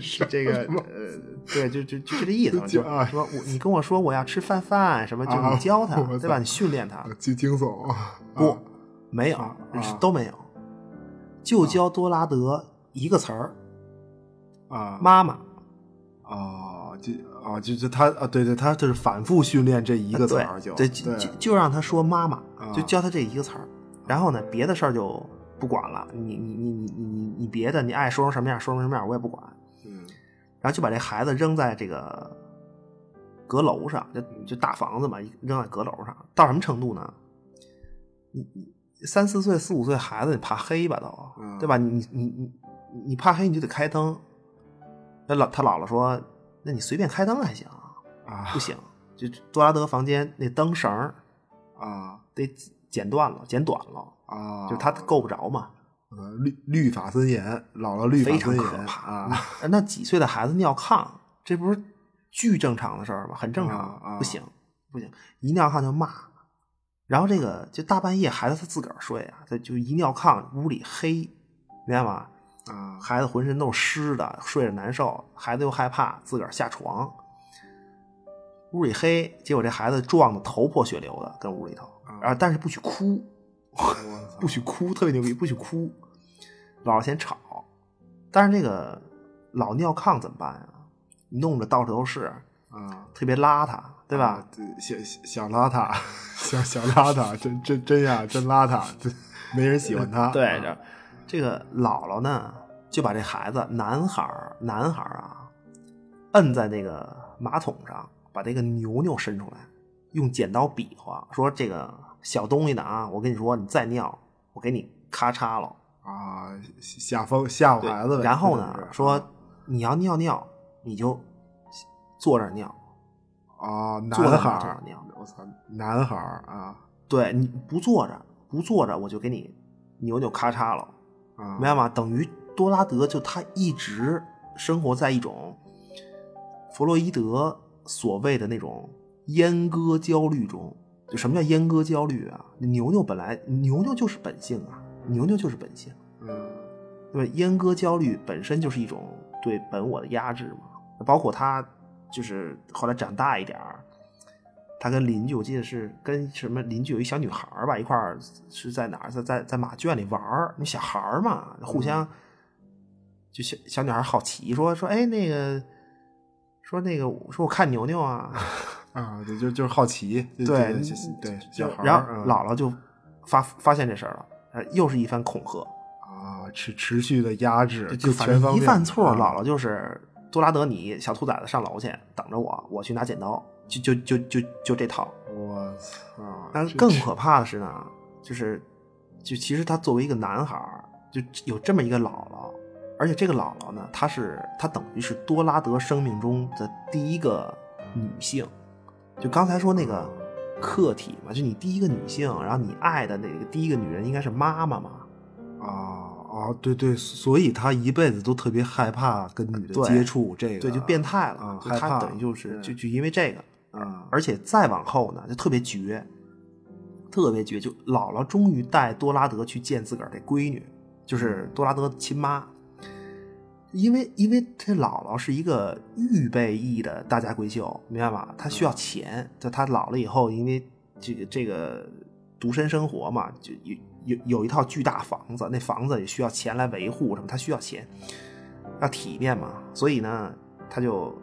是这个呃，对，就就就这意思嘛，就 就啊说我你跟我说我要吃饭饭什么，就啊你教他， 我对吧？操你训练他，啊惊惊悚不啊，没有啊，是啊都没有，就教多拉德一个词儿啊妈妈，啊，就啊，就就他啊，对对，他就是反复训练这一个词对儿，就呃对就对就就让他说妈妈，啊就教他这一个词儿，然后呢，别的事儿就不管了，你你你你你你你别的你爱说成什么样说成什么样，我也不管，嗯然后就把这孩子扔在这个阁楼上，就嗯就大房子嘛，扔在阁楼上，到什么程度呢？你你三四岁、四五岁孩子，你怕黑吧都，嗯对吧？你你你你你怕黑，你就得开灯。那老他姥姥说，那你随便开灯还行，啊不行，就多拉德房间那灯绳儿啊得剪断了，剪短了，啊，就他够不着嘛，呃律律法森严，姥姥律法非常森严可怕啊！嗯那几岁的孩子尿炕，这不是巨正常的事儿吗？很正常，啊啊不行不行，一尿炕就骂。然后这个就大半夜孩子他自个儿睡啊，他就一尿炕，屋里黑，明白吗？啊孩子浑身都是湿的，睡着难受，孩子又害怕，自个儿下床，屋里黑，结果这孩子撞的头破血流的，跟屋里头，啊，但是不许哭，不许哭，特别牛逼，不许哭，老是嫌吵，但是这个老尿炕怎么办呀？弄得到处都是，啊，特别邋遢，对吧？啊？对小小小邋遢，小小邋遢，真真真呀，真邋遢，真没人喜欢他。嗯对啊着，这个姥姥呢就把这孩子男孩儿男孩儿啊，摁在那个马桶上，把这个牛牛伸出来，用剪刀比划说这个小东西呢啊，我跟你说，你再尿，我给你咔嚓了。啊，吓疯吓唬孩子呗。然后这就呢是，说你要尿尿，你就坐着尿，啊，坐着男孩马桶上儿，尿。我操，男孩儿啊对，你不坐着，不坐着，我就给你牛牛咔嚓了。啊明白吗？等于多拉德就他一直生活在一种弗洛伊德所谓的那种阉割焦虑中。就什么叫阉割焦虑啊？牛牛本来牛牛就是本性啊，牛牛就是本性，嗯对吧？阉割焦虑本身就是一种对本我的压制嘛。包括他就是后来长大一点儿，他跟邻居，我记得是跟什么邻居有一小女孩儿吧，一块儿是在哪儿，在在在马圈里玩儿，那小孩儿嘛，互相、嗯就小小女孩儿好奇说说，哎，那个说那个，我说我看牛牛 啊，啊，就就就是好奇，就对就你就对，小孩儿，然后嗯姥姥就发发现这事儿了，呃又是一番恐吓，啊，持持续的压制，就反全方正一面犯错，啊姥姥就是多拉德你小兔崽子上楼去等着我，我去拿剪刀，就就就就就这套。我操，啊但是这更可怕的是呢，就是就其实他作为一个男孩儿，就有这么一个姥姥，而且这个姥姥呢，她是她等于是多拉德生命中的第一个女性，就刚才说那个客体嘛，就你第一个女性，然后你爱的那个第一个女人应该是妈妈嘛，啊啊，对对，所以他一辈子都特别害怕跟女的对接触，这个对，就变态了，啊，就害怕她等于就是对就就因为这个，啊而且再往后呢，就特别绝，特别绝。就姥姥终于带多拉德去见自个儿这闺女，嗯就是多拉德亲妈。因为因为这姥姥是一个预备役的大家闺秀，明白吧？她需要钱，就她老了以后，因为这个这个独身生活嘛，就有有有一套巨大房子，那房子也需要钱来维护什么，她需要钱，要体面嘛，所以呢，她就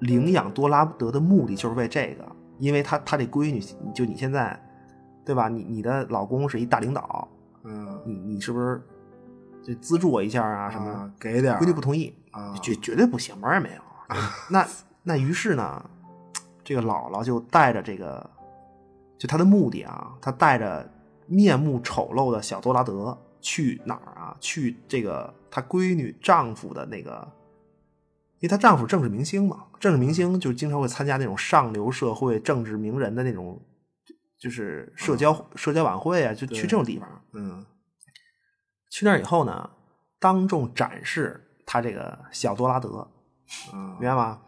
领养多拉德的目的就是为这个，因为她她这闺女，就你现在，对吧？你你的老公是一大领导，嗯你你是不是就资助我一下啊什么的？啊，给点儿闺女不同意，啊绝绝对不行，门儿也没有。那那于是呢，这个姥姥就带着这个，就她的目的啊，她带着面目丑陋的小多拉德去哪儿啊？去这个她闺女丈夫的那个，因为她丈夫政治明星嘛，政治明星就经常会参加那种上流社会政治名人的那种，就是社交、社交晚会啊，就去这种地方。嗯去那儿以后呢，当众展示他这个小多拉德，啊明白吗？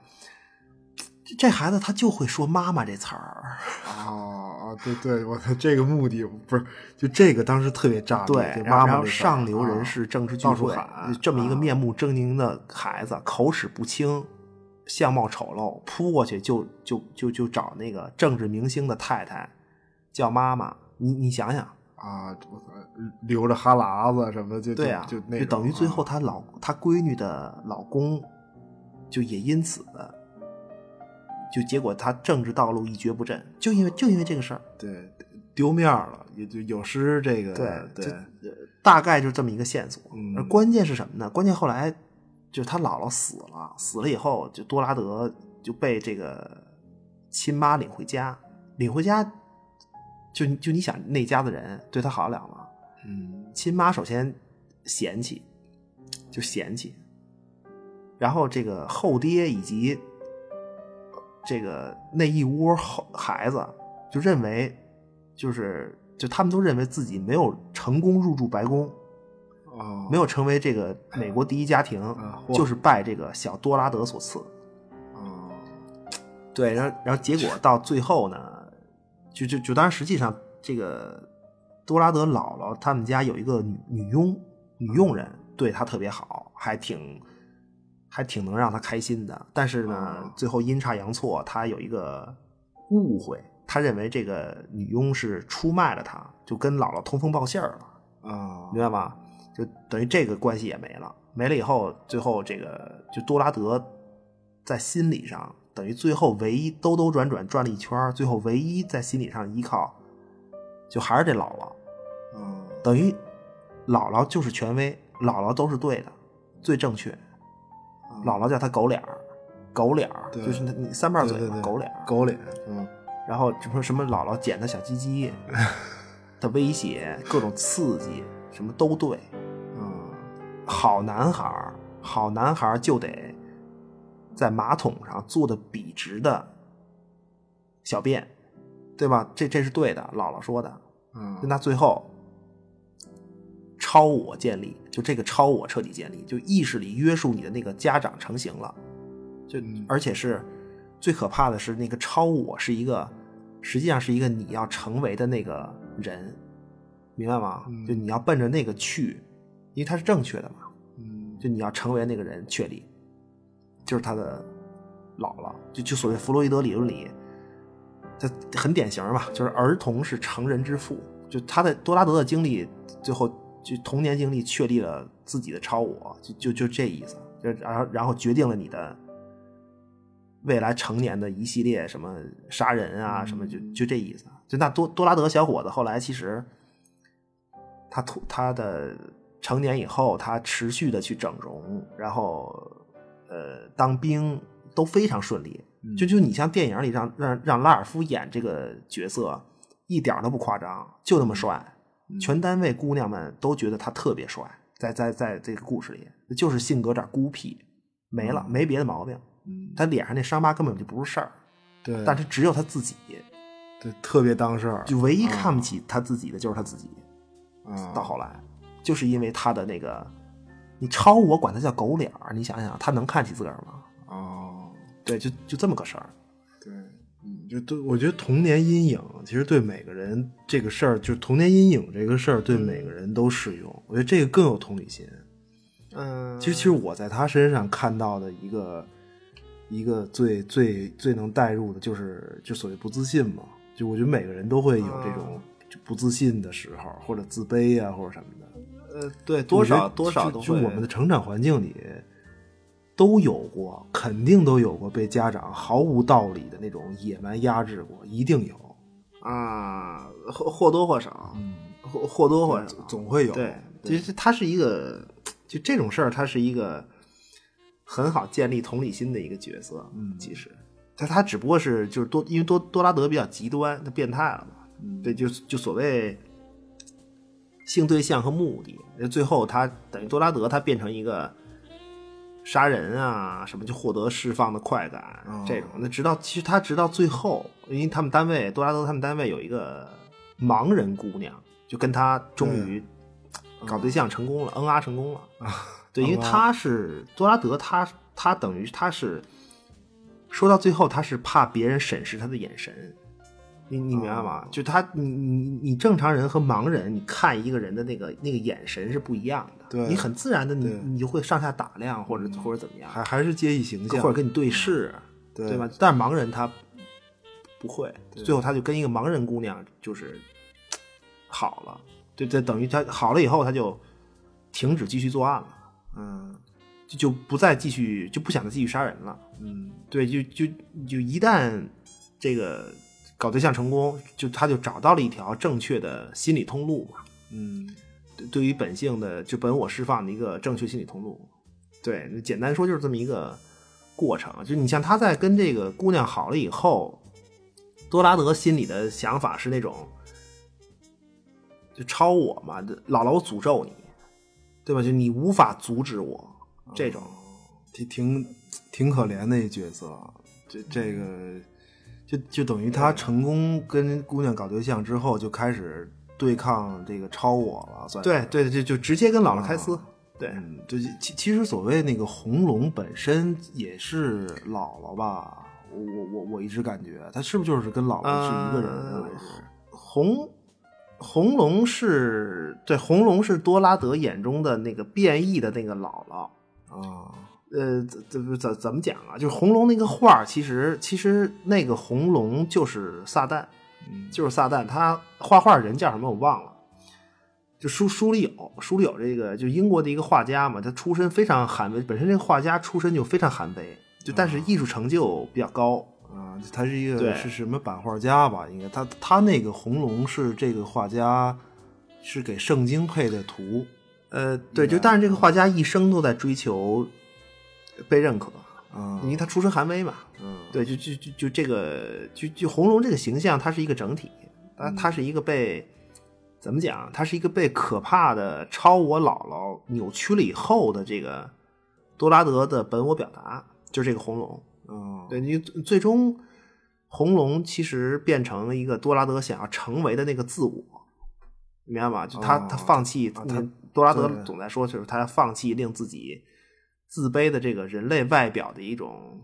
这这孩子他就会说“妈妈”这词儿，啊啊，对对，我的这个目的不是就这个当时特别炸裂，对，就然妈后然妈啊那后事儿啊上流人士政治聚到处会喊，这么一个啊面目狰狞的孩子，口齿不清，相貌丑陋，扑过去就就就就找那个政治明星的太太叫妈妈，你你想想，啊，我操，流着哈喇子什么的，就对啊，就就那就等于种最后啊她老她闺女的老公就也因此就结果他政治道路一蹶不振，就因为就因为这个事儿，对，丢面儿了，也就有失这个对对大概就这么一个线索。嗯而关键是什么呢？关键后来就是他姥姥死了，死了以后，就多拉德就被这个亲妈领回家，领回家，就就你想那家的人对他好得了吗？嗯亲妈首先嫌弃，就嫌弃，然后这个后爹以及这个那一窝后孩子就认为，就是就他们都认为自己没有成功入住白宫，哦没有成为这个美国第一家庭，啊嚯就是拜这个小多拉德所赐。哦对，然后然后结果到最后呢，就就就当然实际上这个多拉德姥姥他们家有一个女女佣女佣人对她特别好，还挺还挺能让她开心的。但是呢，哦最后阴差阳错，她有一个误会，她认为这个女佣是出卖了她，就跟姥姥通风报信儿了。哦明白吧？就等于这个关系也没了，没了以后，最后这个就多拉德在心理上等于最后唯一兜兜转转转了一圈儿，最后唯一在心理上依靠就还是这姥姥，哦等于姥姥就是权威，姥姥都是对的，最正确。姥姥叫他狗脸儿，狗脸儿对就是那你三瓣嘴对对嘛，对狗脸儿。狗脸，嗯然后什么什么姥姥捡他小鸡 鸡的威胁，各种刺激，什么都对。嗯好男孩儿，好男孩儿就得在马桶上坐的笔直的小便，对吧？这这是对的，姥姥说的。嗯，那最后，超我建立，就这个超我彻底建立，就意识里约束你的那个家长成型了，就而且是最可怕的是那个超我是一个，实际上是一个你要成为的那个人，明白吗？嗯就你要奔着那个去，因为它是正确的嘛。嗯就你要成为那个人确立，就是他的姥姥，就就所谓弗洛伊德理论里，他很典型嘛，就是儿童是成人之父，就他的多拉德的经历，最后就童年经历确立了自己的超我，就就就这意思，就然后然后决定了你的未来成年的一系列什么杀人啊什么，就就这意思，啊就那多多拉德小伙子后来其实。他突他的成年以后，他持续的去整容，然后呃当兵都非常顺利。嗯就就你像电影里让让让拉尔夫演这个角色，一点儿都不夸张，就那嗯么帅，全单位姑娘们都觉得他特别帅。在在在这个故事里，就是性格有点孤僻，没了，没别的毛病。嗯他脸上那伤疤根本就不是事儿，对，嗯但是只有他自己，对特别当事儿，就唯一看不起他自己的就是他自己。啊到后来，就是因为他的那个，你超我管他叫狗脸儿，你想想他能看起自个儿吗？哦，对，就就这么个事儿。对，嗯，就对，我觉得童年阴影其实对每个人这个事儿，就童年阴影这个事儿对每个人都适用。我觉得这个更有同理心。嗯其实，其实我在他身上看到的一个一个最最最能代入的，就是就所谓不自信嘛。就我觉得每个人都会有这啊种就不自信的时候，或者自卑啊，或者什么的。呃，对，多少我觉得多少就都就会。我们的成长环境里都有过，肯定都有过被家长毫无道理的那种野蛮压制过，一定有，啊，或或多或少，或或多或少总总会有。对，其实它是一个，就这种事儿，它是一个很好建立同理心的一个角色。嗯其实，他他只不过是就是多，因为多多拉德比较极端，他变态了嘛。嗯对，就就所谓性对象和目的，最后他等于多拉德他变成一个。杀人啊，什么就获得释放的快感，哦这种那直到其实他直到最后，因为他们单位多拉德他们单位有一个盲人姑娘，就跟他终嗯于搞对象成功哦了，嗯啊成功了。对，因为他是多拉德，他他等于他是说到最后，他是怕别人审视他的眼神，你你明白吗？就他你你你正常人和盲人，你看一个人的那个那个眼神是不一样的，对你很自然的你对你就会上下打量或者或者怎么样，还还是介意形象，或者跟你对视，对对吧？但是盲人他不会，最后他就跟一个盲人姑娘就是嘖好了，对对，等于他好了以后他就停止继续作案了。嗯，就就不再继续就不想再继续杀人了。嗯对，就就就一旦这个搞对象成功，就他就找到了一条正确的心理通路嘛。嗯对对于本性的就本我释放的一个正确心理通路。对，简单说就是这么一个过程。就你像他在跟这个姑娘好了以后，多拉德心里的想法是那种，就超我嘛，姥姥我诅咒你，对吧？就你无法阻止我这种。挺挺挺可怜的一角色，这这嗯个就就等于他成功跟姑娘搞对象之后，就开始对抗这个超我了，算是对对，就就直接跟姥姥开撕。对，嗯，就其其实所谓那个红龙本身也是姥姥吧，我我我我一直感觉他是不是就是跟姥姥是一个人啊？呃还是红红龙是对红龙是多拉德眼中的那个变异的那个姥姥。啊，呃，怎怎怎怎么讲啊？就是红龙那个画儿，其实其实那个红龙就是撒旦，嗯就是撒旦。他画画人叫什么我忘了。就书书里有书里有这个，就英国的一个画家嘛，他出身非常寒微，本身这个画家出身就非常寒微，就但是艺术成就比较高，啊，他是一对个是什么版画家吧？应该他他那个红龙是这个画家是给圣经配的图，呃，对，就但是这个画家一生都在追求被认可，啊，因为他出身寒微嘛。嗯对，就就就就这个，就就红龙这个形象，它是一个整体，它它是一个被怎么讲？它是一个被可怕的超我姥姥扭曲了以后的这个多拉德的本我表达，就是这个红龙。嗯，对你最最终，红龙其实变成了一个多拉德想要成为的那个自我，你明白吗？就他、哦他放弃，啊他他多拉德对总在说，就是他放弃令自己自卑的这个人类外表的一种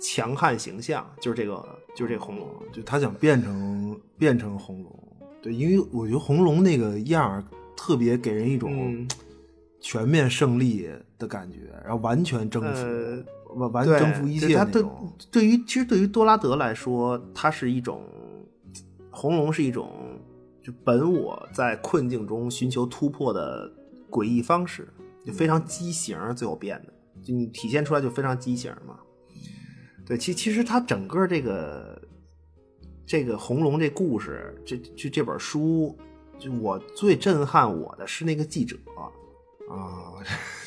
强悍形象，就是这个就是这个红龙。就他想变成变成红龙，对，因为我觉得红龙那个样儿特别给人一种嗯，全面胜利的感觉，然后完全征呃服，完完对，征服一对切他那对种，对于其实对于多拉德来说，它是一种红龙是一种就本我在困境中寻求突破的诡异方式，就非常畸形，最后变的，就你体现出来就非常畸形嘛。对，其其实它整个这个这个红龙这故事，这这这本书，就我最震撼我的是那个记者， 啊，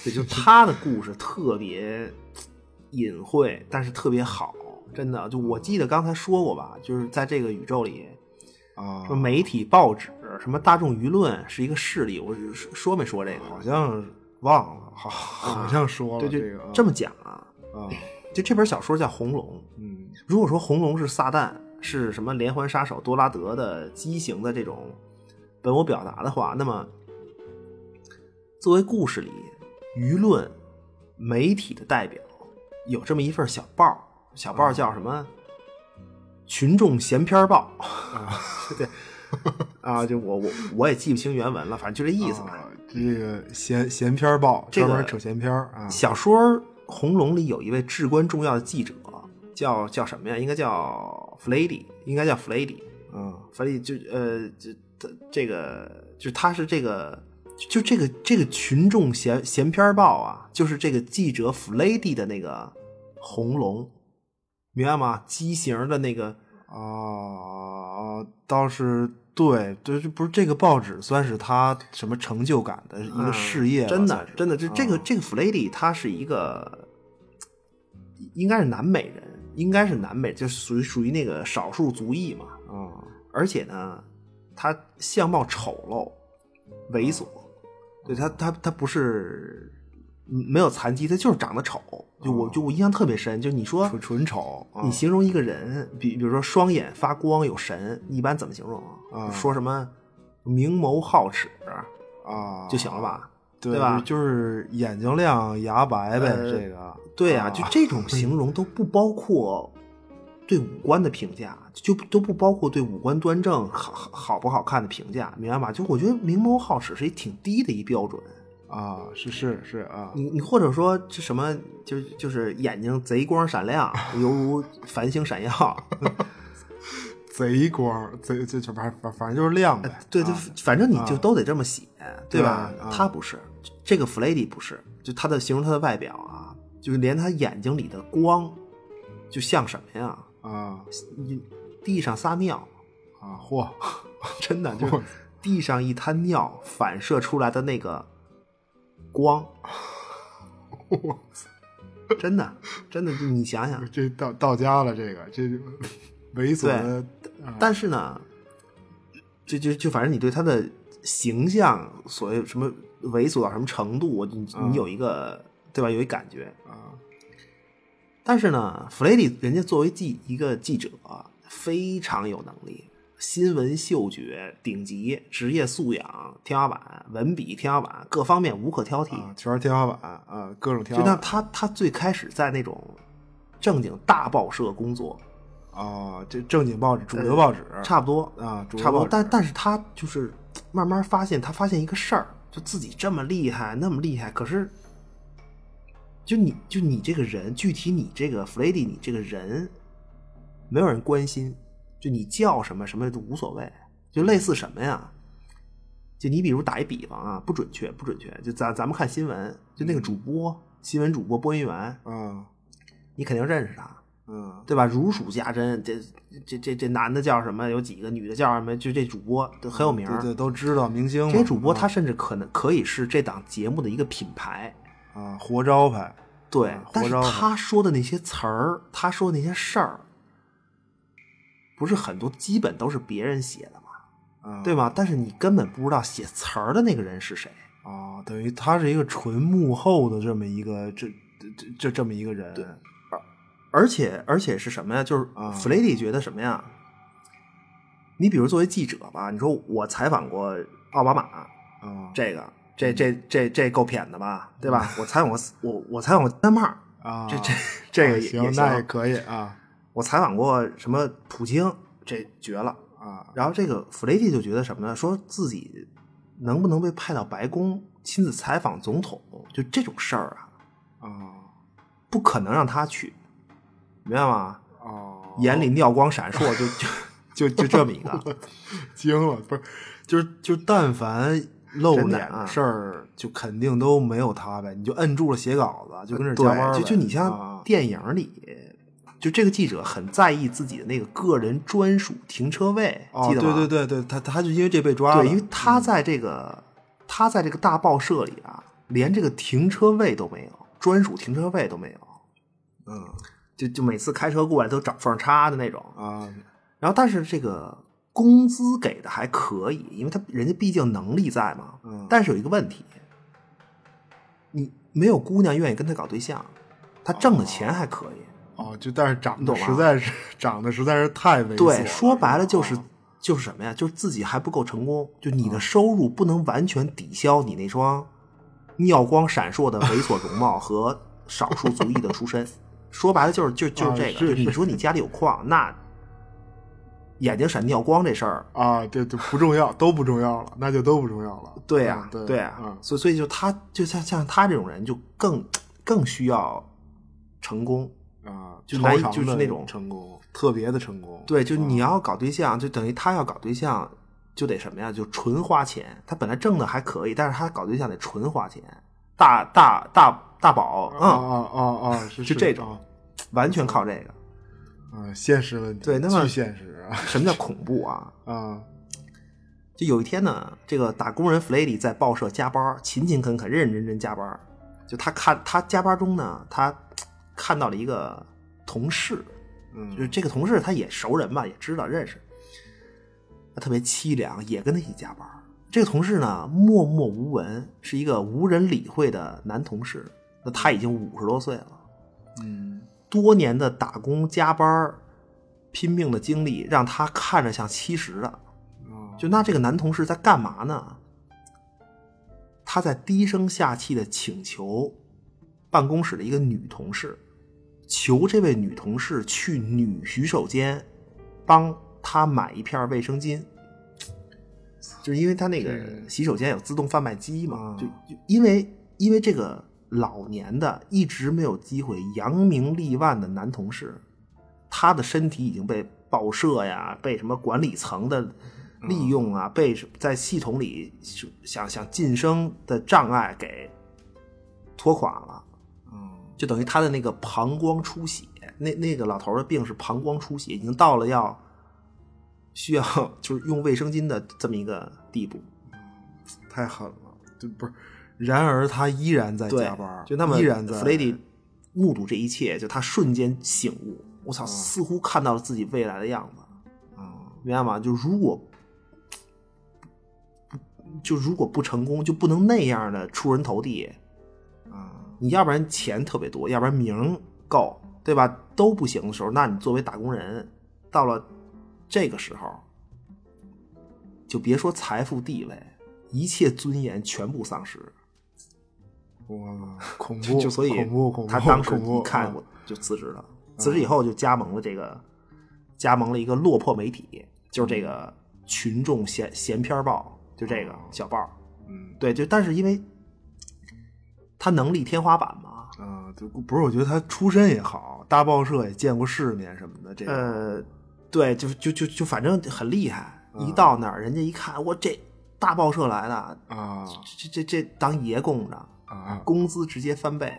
对，就他的故事特别隐晦，但是特别好，真的。就我记得刚才说过吧，就是在这个宇宙里，啊说，媒体、报纸、什么大众舆论是一个势力，我是说没说这个？好像忘 了，好，好像说对，了就哦这个啊这么讲啊。啊，就这本小说叫《红龙》，嗯如果说红龙是撒旦，是什么连环杀手多拉德的畸形的这种本我表达的话，那么作为故事里舆论媒体的代表，有这么一份小报，小报叫什么？群众闲篇报。 对。啊，就我我我也记不清原文了，反正就这意思吧。啊这个闲闲篇儿报，这个专门扯闲篇儿啊，小说《红龙》里有一位至关重要的记者，叫叫什么呀？应该叫弗雷迪，应该叫弗雷迪。嗯反正就呃，这他这个就他是这个就这个这个群众闲闲篇儿报啊，就是这个记者弗雷迪的那个红龙，明白吗？畸形的那个哦啊，倒是对，就是不是这个报纸算是他什么成就感的一个嗯事业吧，真的算是真的，这这个啊这个弗雷迪他是一个，应该是南美人，应该是南美，就是属于属于那个少数族裔嘛。嗯啊而且呢，他相貌丑陋、猥琐，嗯对他他他不是嗯没有残疾，他就是长得丑。就我就我印象特别深，就你说嗯纯纯丑，啊你形容一个人，比比如说双眼发光有神，一般怎么形容啊说什么明眸皓齿啊就行了吧？对对吧就是眼睛亮、牙白呗，呃这个对啊，就这种形容都不包括对五官的评价，就都不包括对五官端正好好好不好看的评价，明白吗？就我觉得明眸皓齿是一挺低的一标准。啊，是是是啊，你你或者说这什么，就是就是眼睛贼光闪 亮，犹如繁星闪 耀。贼光贼这这反反反正就是亮呗，哎对对啊，反正你就都得这么写，对吧对？啊他不是，这个弗雷迪不是，就他的形容他的外表啊，就是连他眼睛里的光，就像什么呀？啊你地上撒尿，啊！嚯，真的哦就是地上一滩尿反射出来的那个光，真的真的，你想想，这到到家了，这个这就猥琐的但是呢，就就就反正你对他的形象，所谓什么猥琐到什么程度，我你嗯你有一个、对吧？有一感觉。啊但是呢，弗雷迪人家作为记一个记者，非常有能力，新闻嗅觉顶级，职业素养天花板，文笔天花板，各方面无可挑剔。啊，全是天花板啊，各种天就花那板他他最开始在那种正经大报社工作，啊，这正经报纸、主流报纸差不多啊，主流差不多，报纸但但是他就是慢慢发现，他发现一个事儿，就自己这么厉害，那么厉害，可是，就你就你这个人，具体你这个弗雷迪，你这个人，没有人关心，就你叫什么什么都无所谓，就类似什么呀？就你比如打一比方啊，不准确，不准确，就咱咱们看新闻，就那个主播，新闻主播播音员，嗯你肯定认识他，嗯对吧？如数家珍，这这这这男的叫什么？有几个女的叫什么？就这主播都很有名儿。对对，都知道明星嘛。这些主播啊他甚至可能可以是这档节目的一个品牌，啊，活招牌对啊。但是活招他说的那些词儿，他说的那些事儿，不是很多基本都是别人写的嘛，啊，对吗？但是你根本不知道写词儿的那个人是谁。啊，等于他是一个纯幕后的这么一个这这这这这么一个人，对而且而且是什么呀？就是啊弗雷迪觉得什么呀？你比如作为记者吧，你说我采访过奥巴马，啊这个这这这这够谝的吧，对吧？我采访过我我采访过丹麦，嗯啊，这这这个也行，也那也可以啊我采访过什么普京，这绝了。啊然后这个弗雷蒂就觉得什么呢？说自己能不能被派到白宫亲自采访总统，就这种事儿啊，啊不可能让他去，明白吗？哦，眼里尿光闪烁，就就就就这么一个。惊了，不是，就是 就但凡露真的脸啊的事儿，就肯定都没有他呗，你就摁住了写稿子，就跟这儿加班儿呃对，就呗就你啊像电影里，就这个记者很在意自己的那个个人专属停车位，哦，记对得吗？对对对，他他就因为这被抓了，嗯对，因为他在这个、他在这个大报社里啊，连这个停车位都没有，专属停车位都没有，嗯就就每次开车过来都找缝儿插的那种。啊然后，但是这个工资给的还可以，因为他人家毕竟能力在嘛。嗯但是有一个问题，你没有姑娘愿意跟他搞对象，他挣的钱还可以。哦，就但是长你得懂吗实在是长得实在是太猥琐了，对，说白了就是、啊就是什么呀？就是自己还不够成功，就你嗯的收入不能完全抵消你那双尿光闪烁的猥琐容 貌和少数族裔的出身。说白了就是就就是啊这个，就是你说你家里有矿，那眼睛闪尿光这事儿，啊，这就不重要，都不重要了，那就都不重要了，对呀、嗯对啊对呀、嗯所以所以就他就像像他这种人就更更需要成功。啊，就超难以常就是的那种成功，特别的成功，对，就啊你要搞对象，就等于他要搞对象，就得什么呀？就纯花钱。他本来挣的还可以，但是他搞对象得纯花钱。大大大大宝，啊嗯，啊啊啊，是就是这种啊完全靠这个。嗯，现实问题，对那么巨现实啊什么叫恐怖啊？啊就有一天呢，这个打工人弗雷迪在报社加班，勤勤恳恳、认认真真加班。就他看他加班中呢，他看到了一个同事，嗯，就是这个同事他也熟人吧，也知道认识，他特别凄凉，也跟他一起加班。这个同事呢，默默无闻，是一个无人理会的男同事。那他已经五十多岁了，嗯多年的打工加班、拼命的经历，让他看着像七十的。啊就那这个男同事在干嘛呢？他在低声下气的请求办公室的一个女同事，求这位女同事去女洗手间帮他买一片卫生巾，就是因为他那个这洗手间有自动贩卖机嘛啊，就就因为因为这个老年的一直没有机会扬名立万的男同事，他的身体已经被报社呀，被什么管理层的利用啊被在系统里想想晋升的障碍给拖垮了，嗯就等于他的那个膀胱出血，那那个老头儿的病是膀胱出血，已经到了要需要就是用卫生巾的这么一个地步。太狠了，对，不是。然而他依然在对加班，，就那么依然在。弗雷迪目睹这一切，就他瞬间醒悟，我操，似乎看到了自己未来的样子。嗯明白吗？就如果就如果不成功，就不能那样的出人头地。嗯你要不然钱特别多，要不然名儿够，对吧？都不行的时候，那你作为打工人，到了这个时候，就别说财富地位，一切尊严全部丧失。哇，恐就怖，就所以恐怖恐怖，他当时恐怖一看嗯我就辞职了，辞职以后就加盟了这个，加盟了一个落魄媒体，就是嗯这个群众闲闲篇儿报，就这哦个小报。嗯对，就但是因为他能力天花板嘛，啊，就不是，我觉得他出身也好，大报社也见过世面什么的，这个呃，对，就就就就反正很厉害。嗯一到那儿，人家一看，我这大报社来的，啊这这这当爷供着，啊，工资直接翻倍，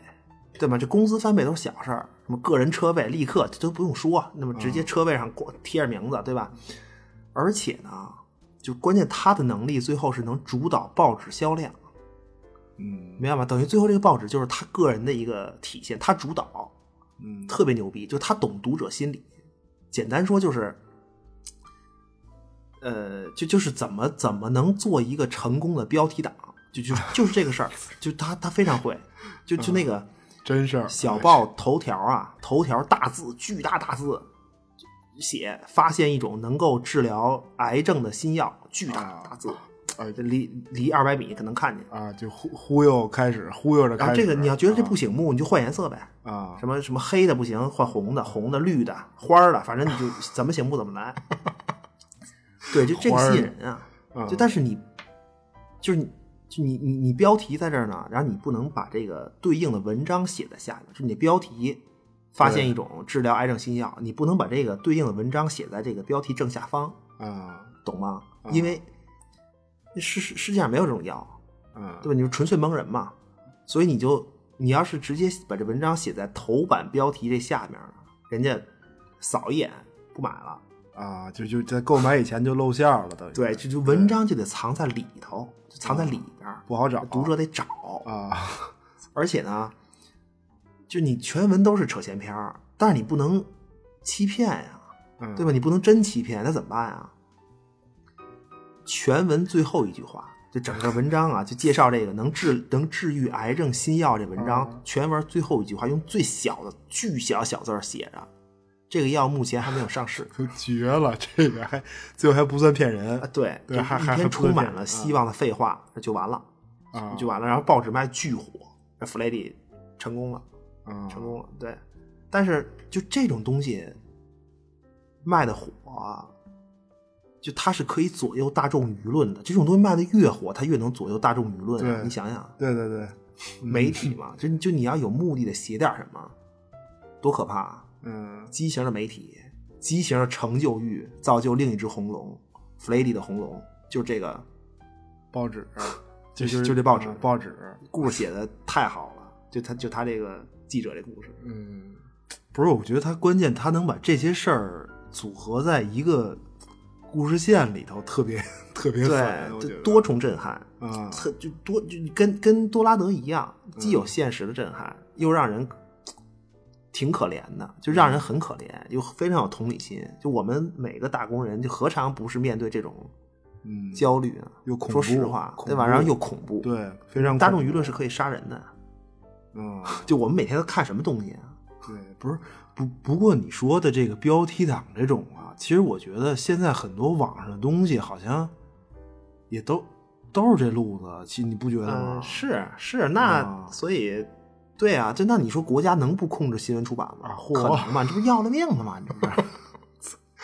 对吗？这工资翻倍都是小事儿，什么个人车位立刻这都不用说，那么直接车位上挂贴着名字，对吧？而且呢，就关键他的能力最后是能主导报纸销量，嗯明白吗？等于最后这个报纸就是他个人的一个体现，他主导，嗯特别牛逼，就他懂读者心理。简单说就是，呃，就就是怎么怎么能做一个成功的标题党，就就就是这个事儿，就他他非常会，就就那个真事儿，小报头条啊，头条大字巨大大字写发现一种能够治疗癌症的新药，巨大啊大字，哎离离二百米可能看见。啊，就忽忽悠开始忽悠着然后开始，这个你要觉得这不醒目，你就换颜色呗。啊什么什么黑的不行，换红的，红的、绿的、花儿的，反正你 就怎么醒目怎么来。对，就这个花儿的嗯吸引人啊。就但是你，就是你，就你你你标题在这儿呢，然后你不能把这个对应的文章写在下面，就你的标题发现一种治疗癌症新药，你不能把这个对应的文章写在这个标题正下方，啊懂吗？因为世世世界上没有这种药，啊对吧？你就纯粹蒙人嘛，所以你就你要是直接把这文章写在头版标题这下面了，人家扫一眼不买了。啊，就就在购买以前就露馅儿了，等于对，就就文章就得藏在里头，就藏在里边儿，不好找读者得找。啊而且呢，就你全文都是扯闲篇儿，但是你不能欺骗呀、嗯对吧？你不能真欺骗，那怎么办呀？全文最后一句话，就整个文章啊，就介绍这个能治能治愈癌症新药这文哦章，全文最后一句话用最小的巨小小字儿写着，这个药目前还没有上 市都绝了，这个还最后还不算骗人啊。对，对这还一还还篇不充能嗯满骗了人希望的废话，那就完了，啊，就完了。然后报纸卖巨火，那弗雷迪成功了。啊成功了，对。但是就这种东西卖的火啊，就它是可以左右大众舆论的。这种东西卖的越火，它越能左右大众舆论啊、对嗯你想想，对对对，媒体嘛，就就你要有目的的写点什么，多可怕、啊！嗯畸形的媒体，畸形的成就欲，造就另一只红龙，弗雷迪的红龙，就是这个报 纸，就就是就这报纸啊报纸，故事写的太好了，就他就他这个记者这故事，嗯不是，我觉得他关键他能把这些事儿组合在一个故事线里头，特别特别对烦，我，就觉得多重震撼。啊特就多就跟跟多拉德一样，嗯既有现实的震撼，又让人挺可怜的，就让人很可怜，嗯又非常有同理心。就我们每个打工人，就何尝不是面对这种嗯，焦虑呢？又恐怖说实话，恐怖对吧？然后又恐怖，，对非常大恐众舆怖论是可以杀人的。嗯就我们每天都看什么东西啊？对不是不不过你说的这个标题党这种啊，其实我觉得现在很多网上的东西好像也都都是这路子，其实你不觉得吗？嗯，是是，那啊所以。对啊，就那你说国家能不控制新闻出版吗？啊嚯可能吗？这不要了命了吗？你这不 是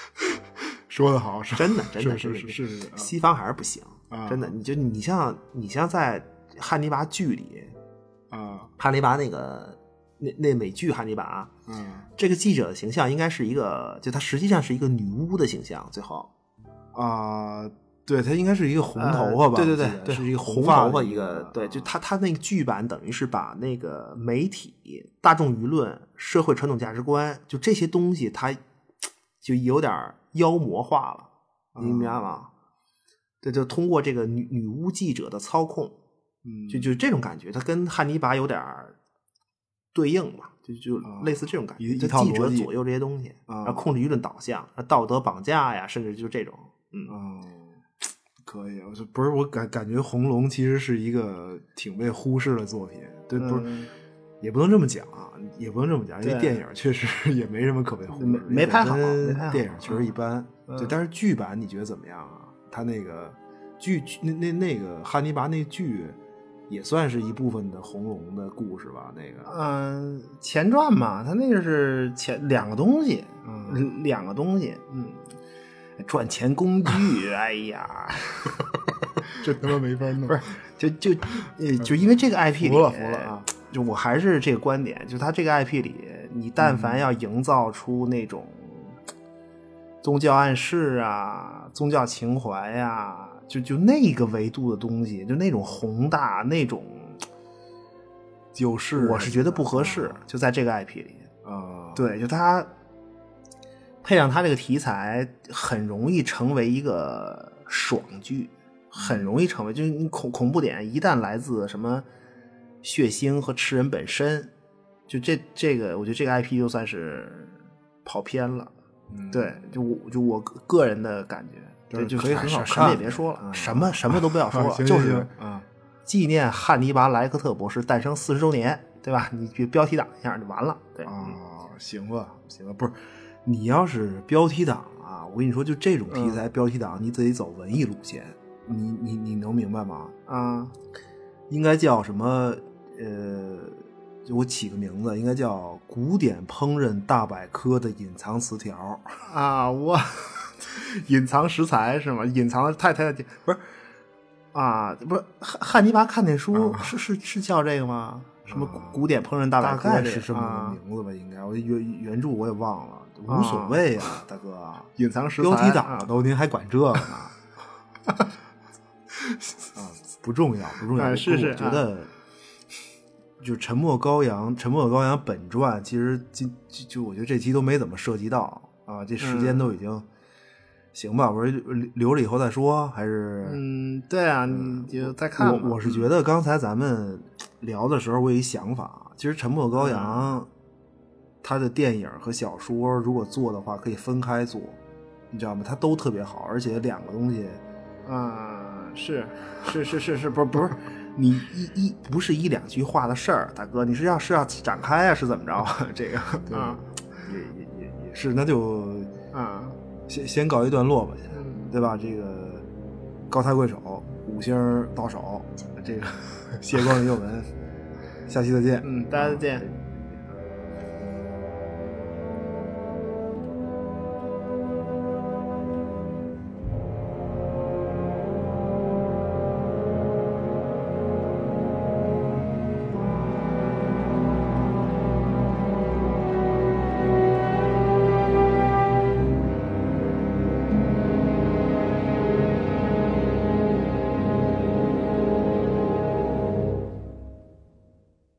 说的好，是真的真的真是是的是是是西方还是不行。啊真的，你就你像你像在《汉尼拔》剧里，啊汉尼拔那个那那美剧《汉尼拔》，嗯这个记者的形象应该是一个，就她实际上是一个女巫的形象。最后，啊对他应该是一个红头发吧？呃对对对我记得对是一个红发头发一一个嗯个，对，就他他那个剧版等于是把那个媒体、大众舆论、社会传统价值观，就这些东西，他就有点儿妖魔化了，你明嗯白吗？对，就通过这个女女巫记者的操控，嗯就就这种感觉，他跟汉尼拔有点儿对应吧，就就啊类似这种感一觉，就一套记者逻辑左右这些东西，啊然后控制舆论导向，道德绑架呀，甚至就这种，嗯，哦，可以，我就不是我感感觉《红龙》其实是一个挺被忽视的作品，对，不是、嗯也不能这么讲啊，也不能这么讲，因为对电影确实也没什么可被忽视，没的，没拍好没拍好电影确实一般，对，嗯但是剧版你觉得怎么样啊？他那个剧剧那那那个汉尼拔那剧也算是一部分的《红龙》的故事吧，那个，嗯，前传嘛，它那个是前两个东西，嗯，两个东西，嗯，赚钱工 具，哎呀，这他妈没法弄，不是就就呃，就因为这个 IP 里，服了服了啊！就我还是这个观点，就它这个 IP 里，你但嗯凡要营造出那种宗教暗示啊、宗教情怀呀、就就那个维度的东西，就那种宏大那种，有事我是觉得不合适，就在这个 IP 里。啊，对，就它配上它这个题材，很容易成为一个爽剧，很容易成为就是你恐恐怖点一旦来自什么血腥和吃人本身，就这这个，我觉得这个 IP 就算是跑偏了。嗯对，就我就我个人的感觉。就是对，就可以哎很什好什么也看别说了，嗯什么什么 都不要说了，行就行是行啊纪念汉尼拔·莱克特博士诞生四十周年，对吧？你就标题党一下就完了。对，嗯啊，行吧，行吧，不是，你要是标题党啊，我跟你说，就这种题材标题党，你得走文艺路线，你你你能明白吗？啊，应该叫什么？呃，就我起个名字，应该叫《古典烹饪大百科》的隐藏词条。啊， 我隐藏食材是吗？隐藏的太太不是啊，不是汉汉尼拔看那书、啊是是是叫这个吗？什么古啊古典烹饪大大科概这是个这么啊个名字吧，应该我原原著我也忘了，啊无所谓啊，大哥。隐藏食材标题党啊都您还管这个呢？啊，不重要，不重要。啊是是我觉得就《沉默羔羊》《沉默的羔羊》本传，其实今就就我觉得这期都没怎么涉及到啊，这时嗯间都已经、行吧，我说留留着以后再说，还是嗯，对啊，你就再看吧我我是觉得刚才咱们聊的时候，我有一想法，其实《沉默嗯的羔羊》它的电影和小说如果做的话，可以分开做，你知道吗？它都特别好，而且两个东西啊，是是是是是，不是不是。你一一不是一两句话的事儿，大哥，你是要是要展开啊，是怎么着啊？这个啊也也也也是，那就啊，先先告一段落吧，先嗯对吧？这个高抬贵手，五星到手，这个谢光与右文，下期再见。嗯，大家再见。